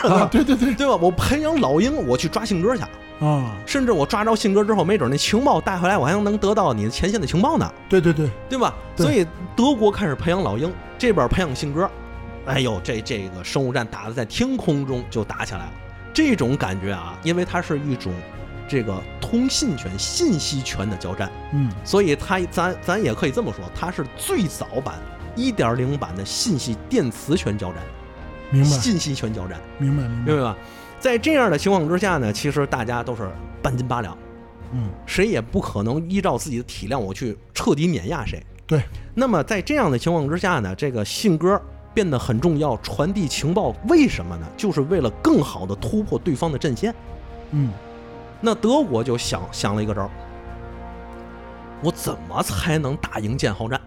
B: 啊 对对对
A: 对吧？我培养老鹰，我去抓信鸽去，
B: 啊，
A: 甚至我抓着信鸽之后，没准那情报带回来，我还能得到你的前线的情报呢，
B: 对对对，
A: 对吧？
B: 对
A: 所以德国开始培养老鹰，这边培养信鸽，哎呦，这这个生物战打的在天空中就打起来了，这种感觉啊，因为它是一种这个通信权、信息权的交战。
B: 嗯
A: 所以它咱咱也可以这么说，它是最早版一点零版的信息电磁权交战，
B: 明白嗯
A: 信息权交战，
B: 明白明
A: 明
B: 白，
A: 白吧？在这样的情况之下呢，其实大家都是半斤八两，
B: 嗯
A: 谁也不可能依照自己的体量我去彻底碾压谁。
B: 对，
A: 那么在这样的情况之下呢，这个信鸽变得很重要，传递情报为什么呢？就是为了更好的突破对方的阵线。
B: 嗯
A: 那德国就想想了一个招儿，我怎么才能打赢堑壕战，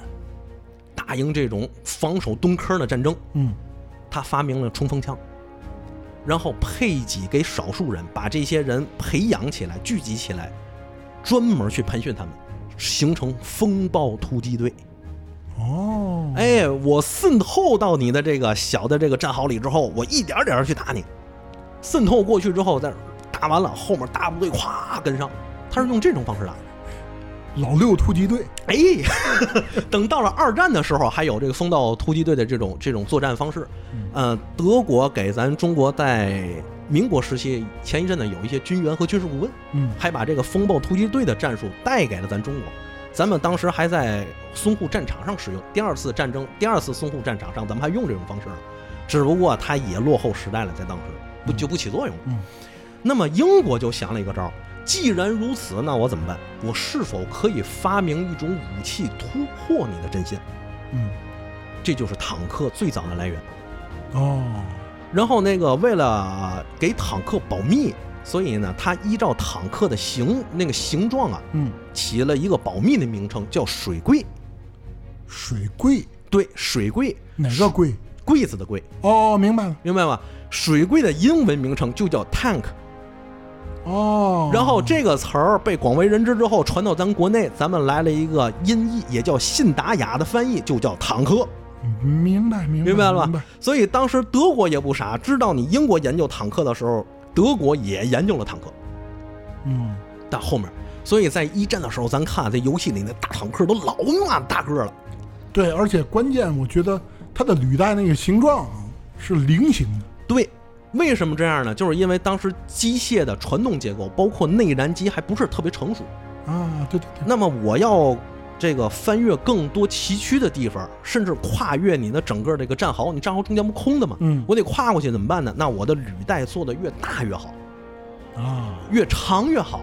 A: 打赢这种防守蹲坑的战争？
B: 嗯
A: 他发明了冲锋枪，然后配给给少数人，把这些人培养起来、聚集起来，专门去培训他们，形成风暴突击队。
B: 哦，
A: 哎，我渗透到你的这个小的这个战壕里之后，我一点点儿去打你，渗透过去之后，再打完了，后面大部队咵跟上，他是用这种方式打的。
B: 老六突击队，
A: 哎，等到了二战的时候，还有这个风道突击队的这种这种作战方式。呃，德国给咱中国在民国时期前一阵呢有一些军援和军事顾问，
B: 嗯
A: 还把这个风暴突击队的战术带给了咱中国。咱们当时还在淞沪战场上使用，第二次战争，第二次淞沪战场上，咱们还用这种方式呢，只不过它也落后时代了，在当时不就不起作用了。
B: 嗯
A: 那么英国就想了一个招儿，既然如此，那我怎么办？我是否可以发明一种武器突破你的阵线？
B: 嗯
A: 这就是坦克最早的来源。
B: 哦，
A: 然后那个为了给坦克保密，所以呢，它依照坦克的形那个形状啊，
B: 嗯，
A: 起了一个保密的名称，叫水柜。
B: 水柜
A: 对，水柜，
B: 哪个柜？
A: 柜子的柜，
B: 哦，明白了，
A: 明白吗？水柜的英文名称就叫 tank。
B: 哦，
A: 然后这个词儿被广为人知之后，传到咱国内，咱们来了一个音译，也叫信达雅的翻译，就叫坦克，
B: 嗯明白明白
A: 明白了
B: 明
A: 吧？所以当时德国也不傻，知道你英国研究坦克的时候，德国也研究了坦克。
B: 嗯，
A: 但后面，所以在一战的时候，咱看这游戏里那大坦克都老那大个了，
B: 对，而且关键我觉得它的履带那个形状啊是菱形的，
A: 对。为什么这样呢？就是因为当时机械的传动结构，包括内燃机还不是特别成熟，
B: 啊，对对对，
A: 那么我要这个翻越更多崎岖的地方，甚至跨越你的整个这个战壕，你战壕中间不空的吗？
B: 嗯
A: 我得跨过去怎么办呢？那我的履带做的越大越好，
B: 啊，
A: 越长越好，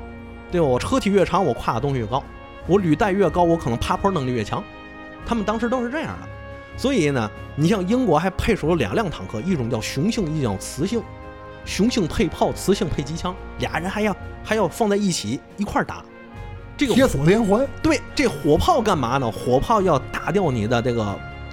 A: 对吧？我车体越长，我跨的东西越高；我履带越高，我可能爬坡能力越强。他们当时都是这样的，所以呢，你像英国还配属了两辆坦克，一种叫雄性，一种叫雌性。雄性配炮，雌性配机枪，俩人还要还要放在一起一块儿打，这个
B: 铁索连环，
A: 对，这火炮干嘛呢？火炮要打掉你的这个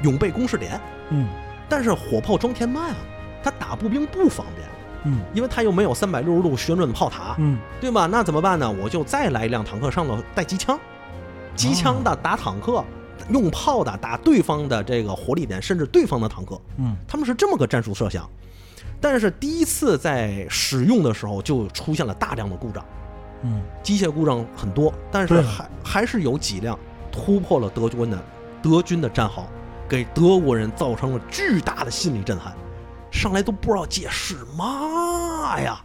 A: 永备攻势点，
B: 嗯
A: 但是火炮装填慢啊，它打步兵不方便，
B: 嗯
A: 因为它又没有三百六十度旋转的炮塔，
B: 嗯，
A: 对吧？那怎么办呢？我就再来一辆坦克上头带机枪，机枪的打坦克，用炮的打对方的这个火力点，甚至对方的坦克，
B: 嗯
A: 他们是这么个战术设想。但是第一次在使用的时候就出现了大量的故障，
B: 嗯，
A: 机械故障很多，但是
B: 对
A: 还还是有几辆突破了德军的德军的战壕，给德国人造成了巨大的心理震撼，上来都不知道这是嘛呀，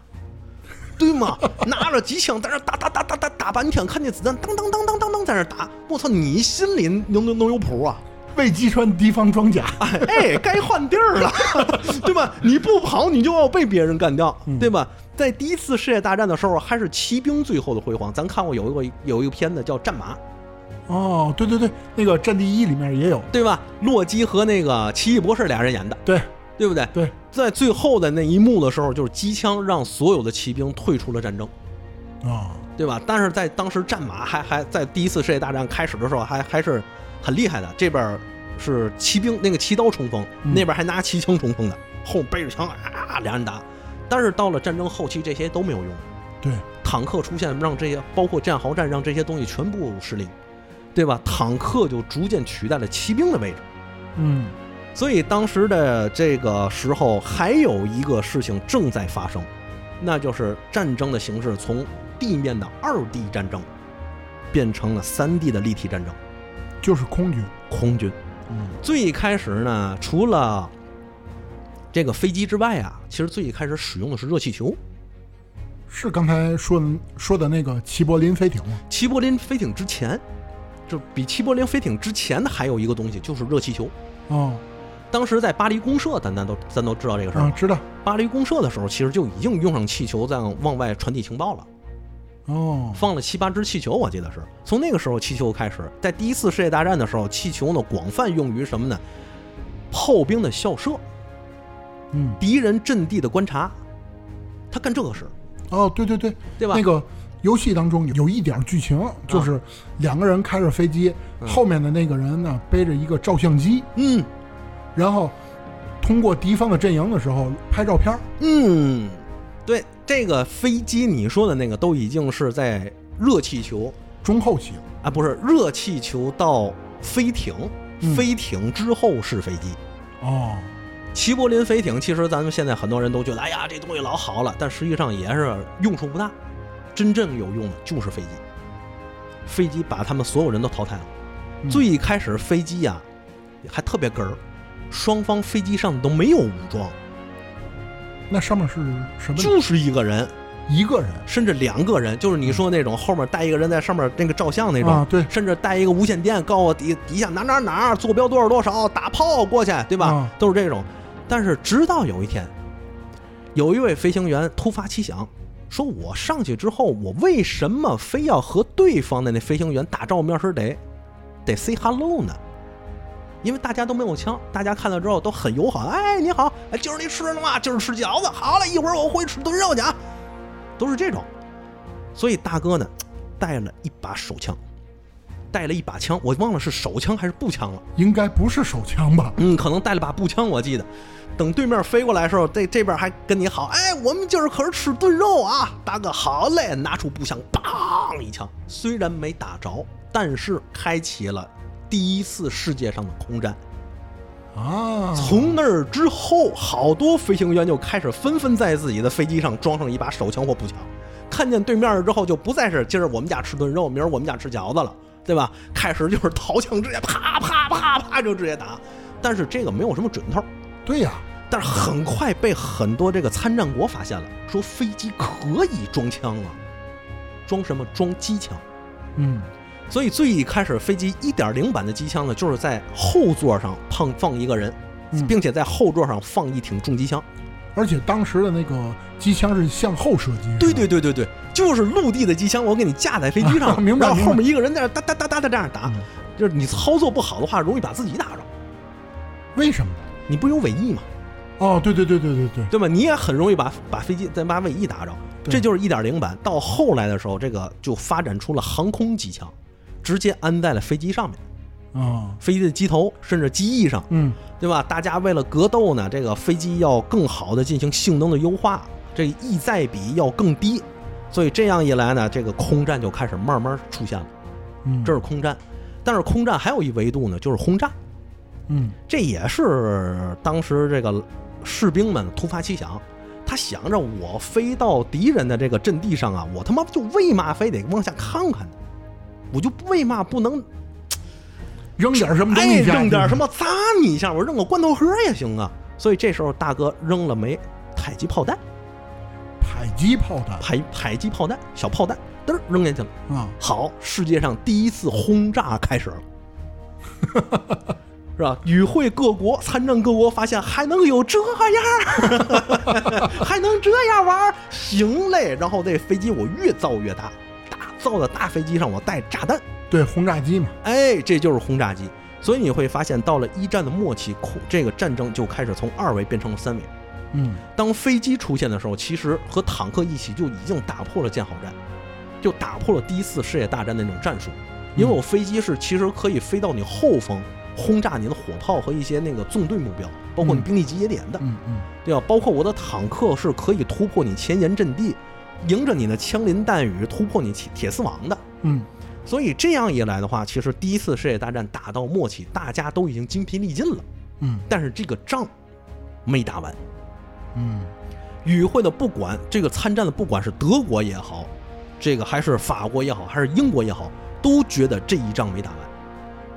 A: 对吗？拿着机枪在那打打打打打打半天，看见子弹当当当当当当在那打，我操，你心里能能能有谱啊？
B: 为击穿敌方装甲，
A: 哎，该换地儿了， 对吧？你不跑，你就要被别人干掉，对吧？在第一次世界大战的时候，还是骑兵最后的辉煌。咱看过有一个有一个片子叫《战马》，
B: 哦，对对对，那个《战地一》里面也有，
A: 对吧？洛基和那个奇异博士俩人演的，
B: 对
A: 对不对？
B: 对，
A: 在最后的那一幕的时候，就是机枪让所有的骑兵退出了战争，
B: 啊、
A: 对吧？但是在当时战马还还在第一次世界大战开始的时候还还是很厉害的，这边儿是骑兵那个骑刀冲锋，
B: 嗯
A: 那边还拿骑枪冲锋的，后背着枪啊俩人打。但是到了战争后期，这些都没有用，
B: 对，
A: 坦克出现让这些包括战壕战让这些东西全部失灵，对吧？坦克就逐渐取代了骑兵的位置。
B: 嗯，
A: 所以当时的这个时候，还有一个事情正在发生，那就是战争的形式从地面的二 D 战争变成了三 D 的立体战争，
B: 就是空军，
A: 空军。
B: 嗯
A: 最开始呢，除了这个飞机之外啊，其实最开始使用的是热气球。
B: 是刚才说的说的那个齐柏林飞艇吗？
A: 齐柏林飞艇之前，就比齐柏林飞艇之前的还有一个东西，就是热气球。
B: 哦，
A: 当时在巴黎公社，咱咱都咱都知道这个事儿
B: 啊，
A: 吧。
B: 知道，
A: 巴黎公社的时候，其实就已经用上气球在往外传递情报了。
B: 哦，
A: 放了七八只气球，我记得是从那个时候气球开始，在第一次世界大战的时候，气球呢广泛用于什么呢？炮兵的校射，
B: 嗯，
A: 敌人阵地的观察，他干这个事，
B: 哦，对对对，
A: 对吧？啊
B: 那个游戏当中有一点剧情，就是两个人开着飞机，后面的那个人呢背着一个照相机，
A: 嗯
B: 然后通过敌方的阵营的时候拍照片儿。
A: 嗯，对，这个飞机你说的那个都已经是在热气球
B: 中后期了，
A: 啊，不是热气球到飞艇，
B: 嗯
A: 飞艇之后是飞机。
B: 哦，
A: 齐柏林飞艇，其实咱们现在很多人都觉得，哎呀，这东西老好了，但实际上也是用处不大。真正有用的就是飞机，飞机把他们所有人都淘汰了。
B: 嗯
A: 最开始飞机呀、还特别哏儿，双方飞机上都没有武装，
B: 那上面是什么？
A: 就是一个人
B: 一个人
A: 甚至两个人，就是你说那种后面带一个人在上面那个照相那种，
B: 嗯啊，对，
A: 甚至带一个无线电告诉我底底下哪哪哪坐标多少多少，打炮过去，对吧？
B: 啊
A: 都是这种。但是直到有一天，有一位飞行员突发奇想，说我上去之后，我为什么非要和对方的那飞行员打照面时得得 say hello 呢？因为大家都没有枪，大家看到之后都很友好。哎，你好，哎，今儿你吃了吗？今儿吃饺子。好了，一会儿我回去吃炖肉去啊，都是这种。所以大哥呢，带了一把手枪，带了一把枪，我忘了是手枪还是步枪了。
B: 应该不是手枪吧？
A: 嗯，可能带了把步枪，我记得。等对面飞过来的时候，这这边还跟你好，哎，我们今儿可是吃炖肉啊，大哥，好嘞，拿出步枪，梆一枪，虽然没打着，但是开启了第一次世界上的空战。
B: 啊，
A: 从那儿之后，好多飞行员就开始纷纷在自己的飞机上装上一把手枪或步枪，看见对面儿之后，就不再是今儿我们家吃炖肉，明儿我们家吃饺子了，对吧？ 开始就是掏枪，直接啪啪啪啪就直接打，但是这个没有什么准头儿。
B: 对呀、
A: 但是很快被很多这个参战国发现了，说飞机可以装枪啊，装什么？装机枪。
B: 嗯，
A: 所以最一开始飞机一点零版的机枪呢，就是在后座上放放一个人，
B: 嗯
A: 并且在后座上放一挺重机枪。
B: 而且当时的那个机枪是向后射击，
A: 对
B: 是吧
A: 对，对对对，就是陆地的机枪，我给你架在飞机上，
B: 啊 明白
A: 然后
B: 明
A: 后
B: 白
A: 面一个人在那哒哒哒哒哒这样打
B: 嗯，
A: 就是你操作不好的话，容易把自己打着。
B: 为什么？
A: 你不有尾翼吗？
B: 哦，对对对对对对，
A: 对吧？你也很容易把把飞机再把尾翼打着，
B: 对
A: 这就是一点零版。到后来的时候，这个就发展出了航空机枪，直接安在了飞机上面，
B: 啊，
A: 飞机的机头甚至机翼上，
B: 嗯，
A: 对吧？大家为了格斗呢，这个飞机要更好的进行性能的优化，这翼载比要更低，所以这样一来呢，这个空战就开始慢慢出现了。
B: 嗯
A: 这是空战，但是空战还有一维度呢，就是轰炸。
B: 嗯
A: 这也是当时这个士兵们突发奇想，他想着我飞到敌人的这个阵地上啊，我他妈就为嘛非得往下看看呢？我就为嘛不能
B: 扔点什么东
A: 哎
B: 西下去，
A: 扔点什么砸你一下，我扔个罐头盒也行啊。所以这时候大哥扔了枚迫击炮弹，
B: 迫击炮弹
A: 迫迫击炮弹小炮弹，嘚儿扔进去了。
B: 啊，
A: 好，世界上第一次轰炸开始了，是吧？与会各国，参战各国发现还能有这样 儿，还能这样玩儿，行嘞。然后这飞机我越造越大，大造的大飞机上我带炸弹，
B: 对，轰炸机嘛，
A: 哎，这就是轰炸机。所以你会发现，到了一战的末期，恐这个战争就开始从二维变成了三维。
B: 嗯，
A: 当飞机出现的时候，其实和坦克一起就已经打破了堑壕战，就打破了第一次世界大战的那种战术。因为我飞机是其实可以飞到你后方，轰炸你的火炮和一些那个纵队目标，包括你
B: 嗯
A: 兵力集结点的，
B: 嗯嗯，
A: 对吧？包括我的坦克是可以突破你前沿阵地，迎着你的枪林弹雨突破你铁铁丝网的。
B: 嗯，
A: 所以这样一来的话，其实第一次世界大战打到末期，大家都已经精疲力尽了，
B: 嗯，
A: 但是这个仗没打完。
B: 嗯，
A: 与会的不管这个参战的，不管是德国也好，这个还是法国也好，还是英国也好，都觉得这一仗没打完。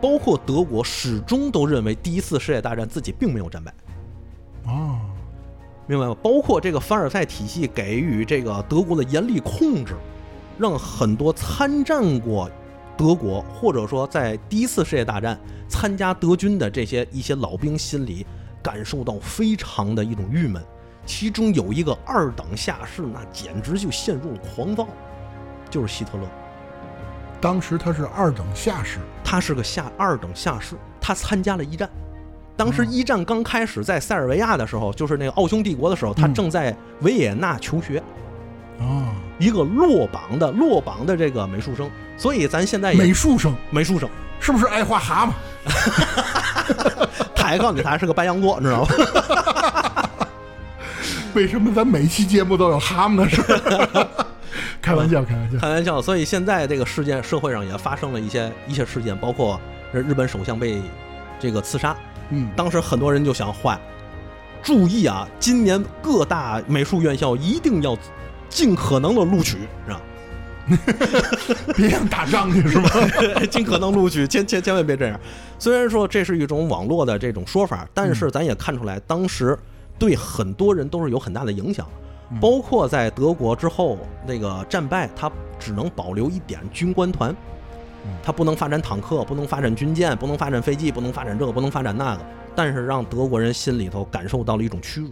A: 包括德国始终都认为第一次世界大战自己并没有战败，
B: 哦，
A: 明白吗？包括这个凡尔赛体系给予这个德国的严厉控制，让很多参战过德国或者说在第一次世界大战参加德军的这些一些老兵心里感受到非常的一种郁闷。其中有一个二等下士，那简直就陷入了狂躁，就是希特勒。
B: 当时他是二等下士，
A: 他是个下二等下士，他参加了一战。当时一战刚开始，在塞尔维亚的时候，就是那个奥匈帝国的时候，他
B: 嗯
A: 正在维也纳求学。
B: 啊，
A: 一个落榜的落榜的这个美术生，所以咱现在也
B: 美术生
A: 美术生，
B: 是不是爱画蛤蟆？
A: 抬杠你还是个白羊座，你知道吗？
B: 为什么咱每期节目都有蛤蟆的事儿？ 开玩笑，开玩 笑。
A: 开玩笑，所以现在这个事件社会上也发生了一些一些事件，包括日日本首相被这个刺杀，
B: 嗯，
A: 当时很多人就想坏，注意啊，今年各大美术院校一定要尽可能的录取，是吧？
B: 别想打仗去是吧？
A: 尽可能录取，千千千万别这样。虽然说这是一种网络的这种说法，但是咱也看出来，当时对很多人都是有很大的影响，包括在德国之后那个战败，它只能保留一点军官团
B: 嗯，
A: 它不能发展坦克，不能发展军舰，不能发展飞机，不能发展这个，不能发展那个。但是让德国人心里头感受到了一种屈辱，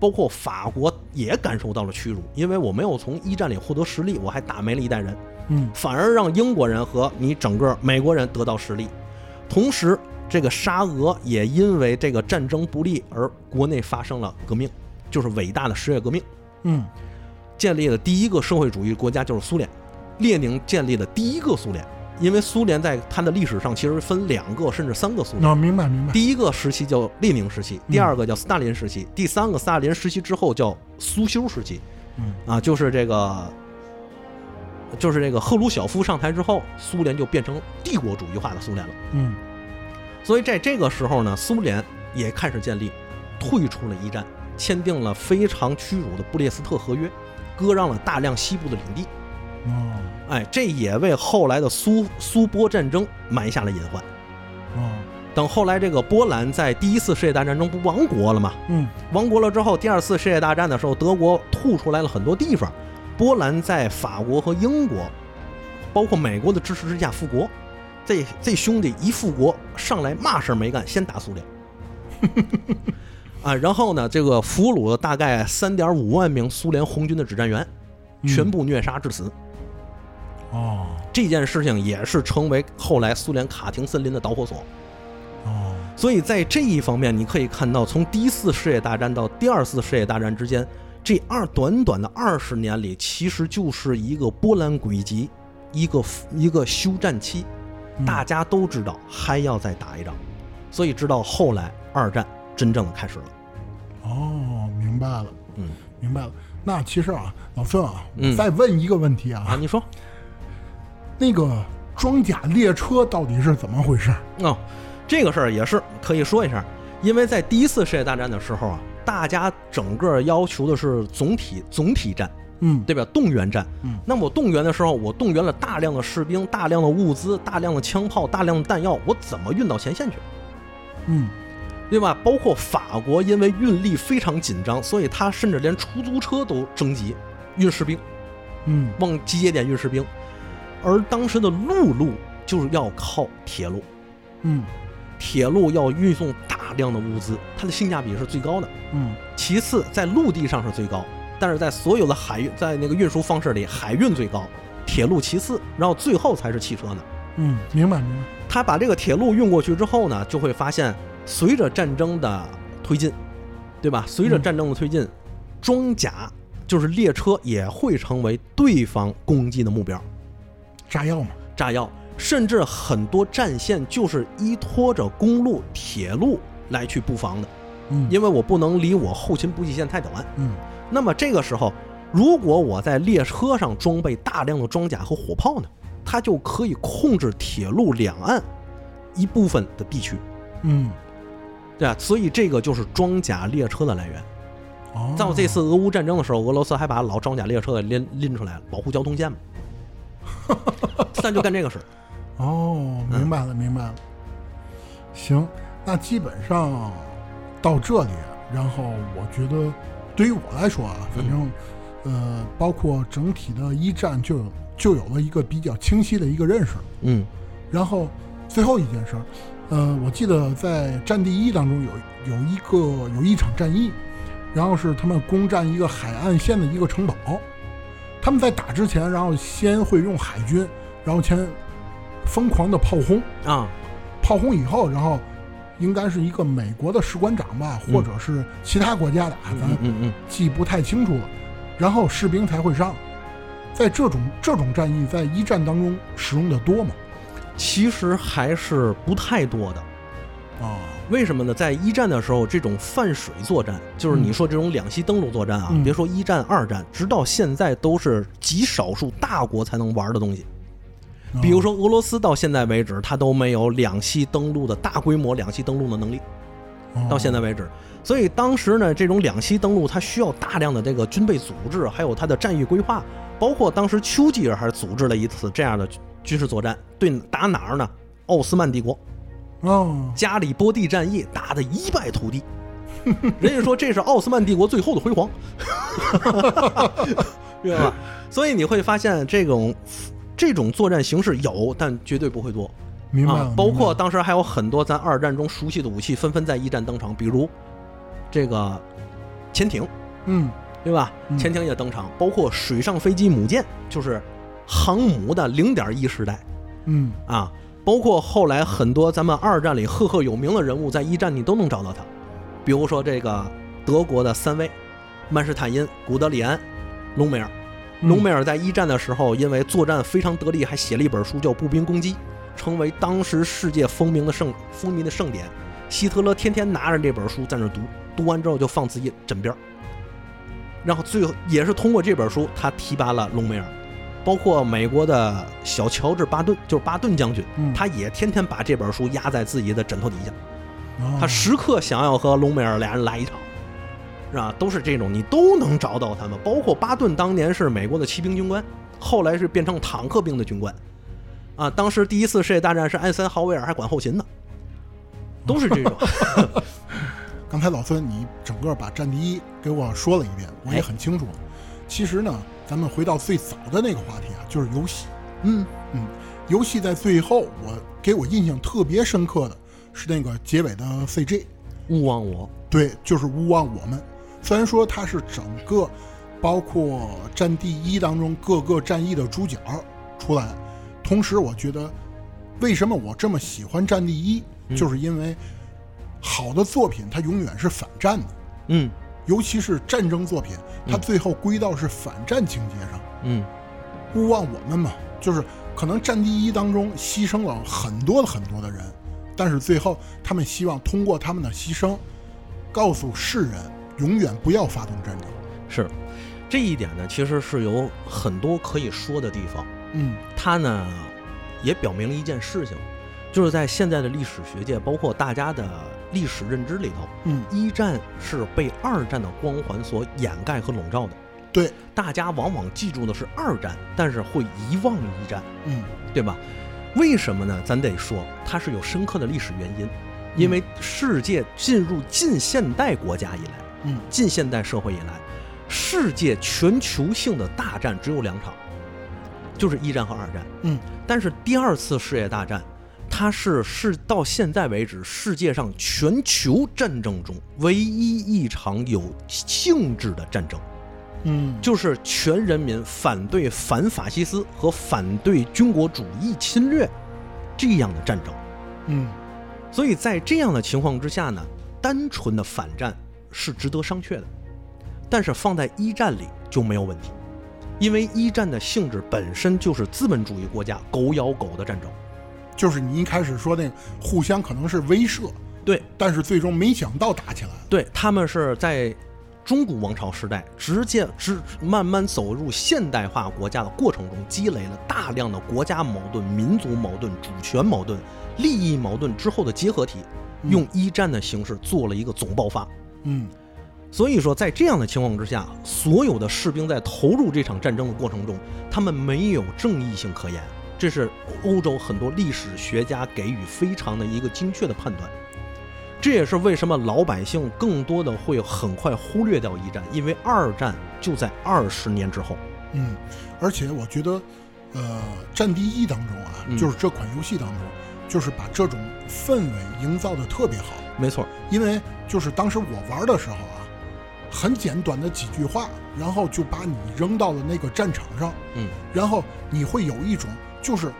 A: 包括法国也感受到了屈辱，因为我没有从一战里获得实力，我还打没了一代人。
B: 嗯
A: 反而让英国人和你整个美国人得到实力。同时，这个沙俄也因为这个战争不利而国内发生了革命，就是伟大的十月革命，
B: 嗯
A: 建立了第一个社会主义国家就是苏联，列宁建立的第一个苏联。因为苏联在它的历史上其实分两个甚至三个苏联，
B: 啊，明白明白。
A: 第一个时期叫列宁时期，第二个叫斯大林时期，第三个斯大林时期之后叫苏修时期，
B: 嗯
A: 啊，就是这个，就是这个赫鲁晓夫上台之后，苏联就变成帝国主义化的苏联了。
B: 嗯
A: 所以在这个时候呢，苏联也开始建立，退出了一战，签订了非常屈辱的布列斯特合约，割让了大量西部的领地。
B: 哦
A: 哎，这也为后来的苏苏波战争埋下了隐患。
B: 哦
A: 等后来这个波兰在第一次世界大战中不亡国了吗？
B: 嗯
A: 亡国了之后，第二次世界大战的时候，德国吐出来了很多地方，波兰在法国和英国，包括美国的支持之下复国。这这兄弟一复国，上来嘛事儿没干，先打苏联。 啊，然后呢，这个俘虏了大概三点五万名苏联红军的指战员，全部虐杀致死。
B: 哦
A: 这件事情也是成为后来苏联卡廷森林的导火索。
B: 哦
A: 所以在这一方面，你可以看到，从第一次世界大战到第二次世界大战之间，这二短短的二十年里，其实就是一个波澜诡谲，一个一个休战期。大家都知道还要再打一仗，所以直到后来二战真正的开始了。
B: 哦，明白了，
A: 嗯
B: 明白了。那其实啊，老孙啊，
A: 嗯
B: 再问一个问题
A: 啊，
B: 啊，
A: 你说
B: 那个装甲列车到底是怎么回事？
A: 哦，这个事儿也是可以说一下，因为在第一次世界大战的时候啊，大家整个要求的是总体总体战，
B: 嗯，
A: 对吧？动员战。
B: 嗯
A: 那么动员的时候，我动员了大量的士兵、大量的物资、大量的枪炮、大量的弹药，我怎么运到前线去？
B: 嗯，
A: 对吧？包括法国，因为运力非常紧张，所以他甚至连出租车都征集运士兵，
B: 嗯，
A: 往集结点运士兵。而当时的陆路就是要靠铁路，
B: 嗯，
A: 铁路要运送大量的物资，它的性价比是最高的。
B: 嗯，
A: 其次，在陆地上是最高，但是在所有的海运，在那个运输方式里，海运最高，铁路其次，然后最后才是汽车呢。
B: 嗯，明白明白。
A: 他把这个铁路运过去之后呢，就会发现，随着战争的推进，对吧？随着战争的推进，装甲就是列车也会成为对方攻击的目标，
B: 炸药嘛，
A: 炸药，甚至很多战线就是依托着公路、铁路来去布防的，
B: 嗯，
A: 因为我不能离我后勤补给线太短。
B: 嗯
A: 那么这个时候，如果我在列车上装备大量的装甲和火炮呢，它就可以控制铁路两岸一部分的地区，
B: 嗯，
A: 对吧？所以这个就是装甲列车的来源。
B: 哦，
A: 到这次俄乌战争的时候，俄罗斯还把老装甲列车给拎拎出来了，保护交通线嘛。咱就干这个事儿。
B: 哦，明白了，明白了。行，那基本上到这里，然后我觉得对于我来说啊，反正、呃，包括整体的一战就有就有了一个比较清晰的一个认识。
A: 嗯
B: 然后最后一件事儿，呃，我记得在《战地一》当中有有一个有一场战役，然后是他们攻占一个海岸线的一个城堡，他们在打之前，然后先会用海军，然后先疯狂的炮轰，
A: 啊，
B: 炮轰以后，然后应该是一个美国的士官长吧，或者是其他国家的，啊咱
A: 嗯嗯嗯，
B: 记不太清楚了，然后士兵才会上。在这种这种战役，在一战当中使用的多吗？
A: 其实还是不太多的。
B: 啊，
A: 为什么呢？在一战的时候，这种泛水作战，就是你说这种两栖登陆作战啊，
B: 嗯
A: 别说一战、二战，直到现在都是极少数大国才能玩的东西。
B: 哦
A: 比如说俄罗斯到现在为止，它都没有两栖登陆的大规模两栖登陆的能力，
B: 哦
A: 到现在为止。所以当时呢，这种两栖登陆它需要大量的这个军备组织，还有它的战役规划，包括当时丘吉尔还组织了一次这样的军事作战，对打哪儿呢？奥斯曼帝国。
B: 哦，
A: 加里波第战役打得一败涂 地。人家说这是奥斯曼帝国最后的辉煌，对吧？所以你会发现这种这种作战形式有，但绝对不会多
B: 明白了，
A: 啊。包括
B: 明白了
A: 当时还有很多咱二战中熟悉的武器纷纷在一战登场，比如这个潜艇，
B: 嗯
A: 对吧？
B: 嗯
A: 潜艇也登场，包括水上飞机母舰，就是航母的零点一时代，
B: 嗯
A: 啊，包括后来很多咱们二战里赫赫有名的人物，在一战你都能找到他，比如说这个德国的三位，曼施坦因、古德里安、隆美尔。
B: 嗯
A: 隆美尔在一战的时候，因为作战非常得力，还写了一本书叫《步兵攻击》，成为当时世界风靡的盛风靡的盛典。希特勒天天拿着这本书在那儿读，读完之后就放自己枕边儿。然后最后也是通过这本书，他提拔了隆美尔，包括美国的小乔治·巴顿，就是巴顿将军，
B: 嗯
A: 他也天天把这本书压在自己的枕头底下，
B: 哦
A: 他时刻想要和隆美尔俩人来一场，是吧？都是这种，你都能找到他们，包括巴顿当年是美国的骑兵军官，后来是变成坦克兵的军官，啊，当时第一次世界大战是艾森豪威尔还管后勤呢，都是这种。
B: 刚才老孙你整个把《战地一》给我说了一遍，
A: 哎
B: 我也很清楚。其实呢，咱们回到最早的那个话题啊，就是游戏。
A: 嗯
B: 游戏在最后，我给我印象特别深刻的是那个结尾的 CG，
A: 勿忘我，
B: 对，就是勿忘我们。虽然说它是整个包括《战地一》当中各个战役的主角出来，同时我觉得为什么我这么喜欢《战地一》，就是因为好的作品它永远是反战的，
A: 嗯
B: 尤其是战争作品，它最后归到是反战情节上。
A: 嗯
B: 勿忘我们嘛，就是可能《战地一》当中牺牲了很多很多的人，但是最后他们希望通过他们的牺牲，告诉世人永远不要发动战争。
A: 是，这一点呢，其实是有很多可以说的地方。
B: 嗯
A: 它呢，也表明了一件事情，就是在现在的历史学界，包括大家的历史认知里头，
B: 嗯，
A: 一战是被二战的光环所掩盖和笼罩的。
B: 对，
A: 大家往往记住的是二战，但是会遗忘一战，
B: 嗯，
A: 对吧？为什么呢？咱得说它是有深刻的历史原因，因为世界进入近现代国家以来，
B: 嗯，
A: 近现代社会以来，世界全球性的大战只有两场，就是一战和二战。
B: 嗯，
A: 但是第二次世界大战，它是是到现在为止世界上全球战争中唯一一场有性质的战争，
B: 嗯，
A: 就是全人民反对反法西斯和反对军国主义侵略这样的战争。
B: 嗯，
A: 所以在这样的情况之下呢，单纯的反战是值得商榷的，但是放在一战里就没有问题，因为一战的性质本身就是资本主义国家狗咬狗的战争。
B: 就是你一开始说那个互相可能是威慑，
A: 对
B: 但是最终没想到打起来了。
A: 对，他们是在中古王朝时代直接直慢慢走入现代化国家的过程中，积累了大量的国家矛盾、民族矛盾、主权矛盾、利益矛盾之后的结合体，
B: 嗯
A: 用一战的形式做了一个总爆发。
B: 嗯
A: 所以说，在这样的情况之下，所有的士兵在投入这场战争的过程中，他们没有正义性可言，这是欧洲很多历史学家给予非常的一个精确的判断。这也是为什么老百姓更多的会很快忽略掉一战，因为二战就在二十年之后。
B: 嗯，而且我觉得，呃，《战地一》当中啊，
A: 嗯
B: 就是这款游戏当中，就是把这种氛围营造的特别好。
A: 没错，
B: 因为就是当时我玩的时候啊，很简短的几句话，然后就把你扔到了那个战场上，
A: 嗯，
B: 然后你会有一种就是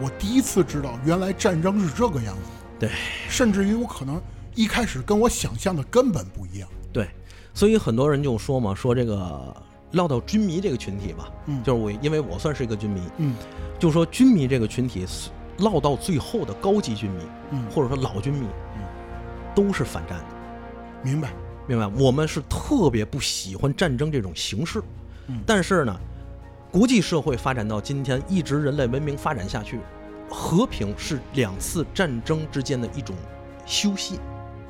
B: 我第一次知道原来战争是这个样子，
A: 对，
B: 甚至于我可能一开始跟我想象的根本不一样。
A: 对，所以很多人就说嘛，说这个唠到军迷这个群体吧，
B: 嗯
A: 就是我，因为我算是一个军迷，
B: 嗯
A: 就说军迷这个群体落到最后的高级军迷，
B: 嗯
A: 或者说老军迷，
B: 嗯
A: 都是反战的，
B: 明白。
A: 明白？我们是特别不喜欢战争这种形式
B: 嗯，
A: 但是呢，国际社会发展到今天，一直人类文明发展下去，和平是两次战争之间的一种休息，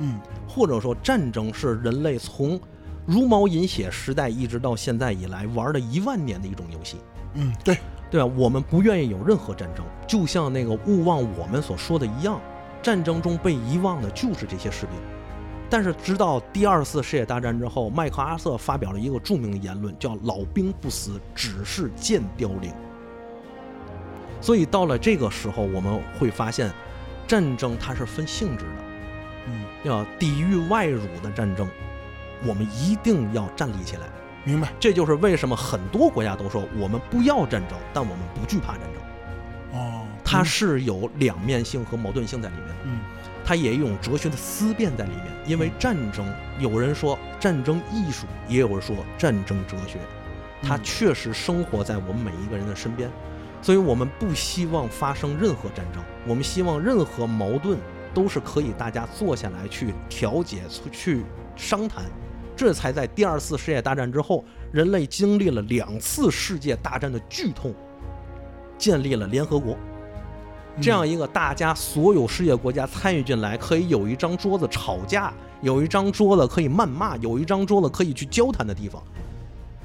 B: 嗯
A: 或者说战争是人类从茹毛饮血时代一直到现在以来玩了一万年的一种游戏。
B: 嗯，对，
A: 对吧？啊我们不愿意有任何战争，就像那个勿忘我们所说的一样，战争中被遗忘的就是这些士兵。但是，直到第二次世界大战之后，麦克阿瑟发表了一个著名的言论，叫“老兵不死，只是剑凋零”。所以，到了这个时候，我们会发现，战争它是分性质的，
B: 嗯，
A: 要抵御外辱的战争，我们一定要站立起来。
B: 明白。
A: 这就是为什么很多国家都说我们不要战争，但我们不惧怕战争。
B: 哦，
A: 它
B: 明
A: 是有两面性和矛盾性在里面的，
B: 嗯
A: 它也有一种哲学的思辨在里面。因为战争，有人说战争艺术，也有人说战争哲学，它
B: 嗯
A: 确实生活在我们每一个人的身边，所以我们不希望发生任何战争，我们希望任何矛盾都是可以大家坐下来去调解、去商谈。这才在第二次世界大战之后，人类经历了两次世界大战的剧痛，建立了联合国。这
B: 嗯
A: 样一个大家所有世界国家参与进来，可以有一张桌子吵架，有一张桌子可以谩骂，有一张桌子可以去交谈的地方，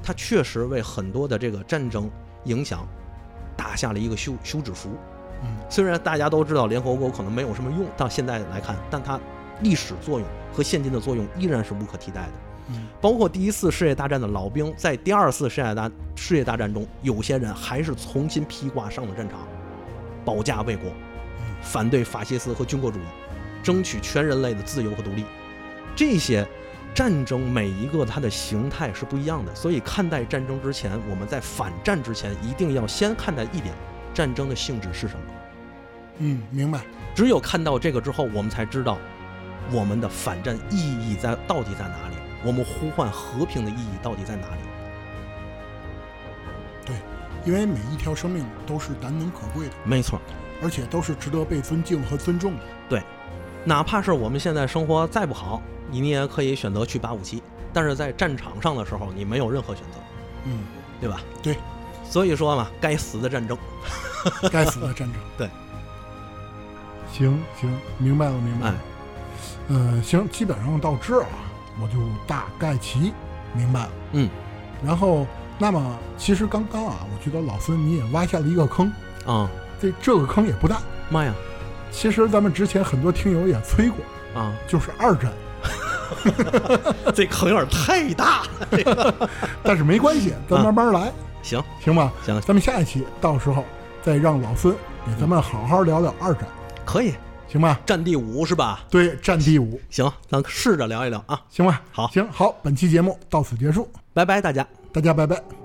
A: 它确实为很多的这个战争影响打下了一个休休止符。
B: 嗯
A: 虽然大家都知道联合国可能没有什么用，到现在来看，但它历史作用和现今的作用依然是无可替代的。
B: 嗯
A: 包括第一次世界大战的老兵，在第二次世界大世界大战中，有些人还是重新披挂上了战场，保家卫国，反对法西斯和军国主义，争取全人类的自由和独立。这些战争每一个它的形态是不一样的，所以看待战争之前，我们在反战之前，一定要先看待一点：战争的性质是什么。
B: 嗯，明白。
A: 只有看到这个之后，我们才知道我们的反战意义在到底在哪里，我们呼唤和平的意义到底在哪里。
B: 对，因为每一条生命都是难能可贵的，
A: 没错，
B: 而且都是值得被尊敬和尊重的。
A: 对，哪怕是我们现在生活再不好，你你也可以选择去拔武器，但是在战场上的时候，你没有任何选择，
B: 嗯，
A: 对吧？
B: 对，
A: 所以说嘛，该死的战争。
B: 该死的战争。
A: 对，
B: 行行，明白了明白
A: 哎
B: 了。，呃，行，基本上到这儿啊，我就大概其明白了。
A: 嗯，
B: 然后那么其实刚刚啊，我觉得老孙你也挖下了一个坑，
A: 啊，
B: 这这个坑也不大。
A: 妈呀，
B: 其实咱们之前很多听友也催过，
A: 啊，
B: 就是二战，
A: 这坑有点太大。
B: 但是没关系，咱慢慢来，
A: 行
B: 行吧？
A: 啊行，
B: 咱们下一期到时候再让老孙给咱们好好聊聊二战，
A: 可以，
B: 行吧？
A: 战地五是吧？
B: 对，《战地五》，
A: 行，咱试着聊一聊啊。
B: 行吧？
A: 好
B: 行好，本期节目到此结束，
A: 拜拜，大家。
B: 大家拜拜。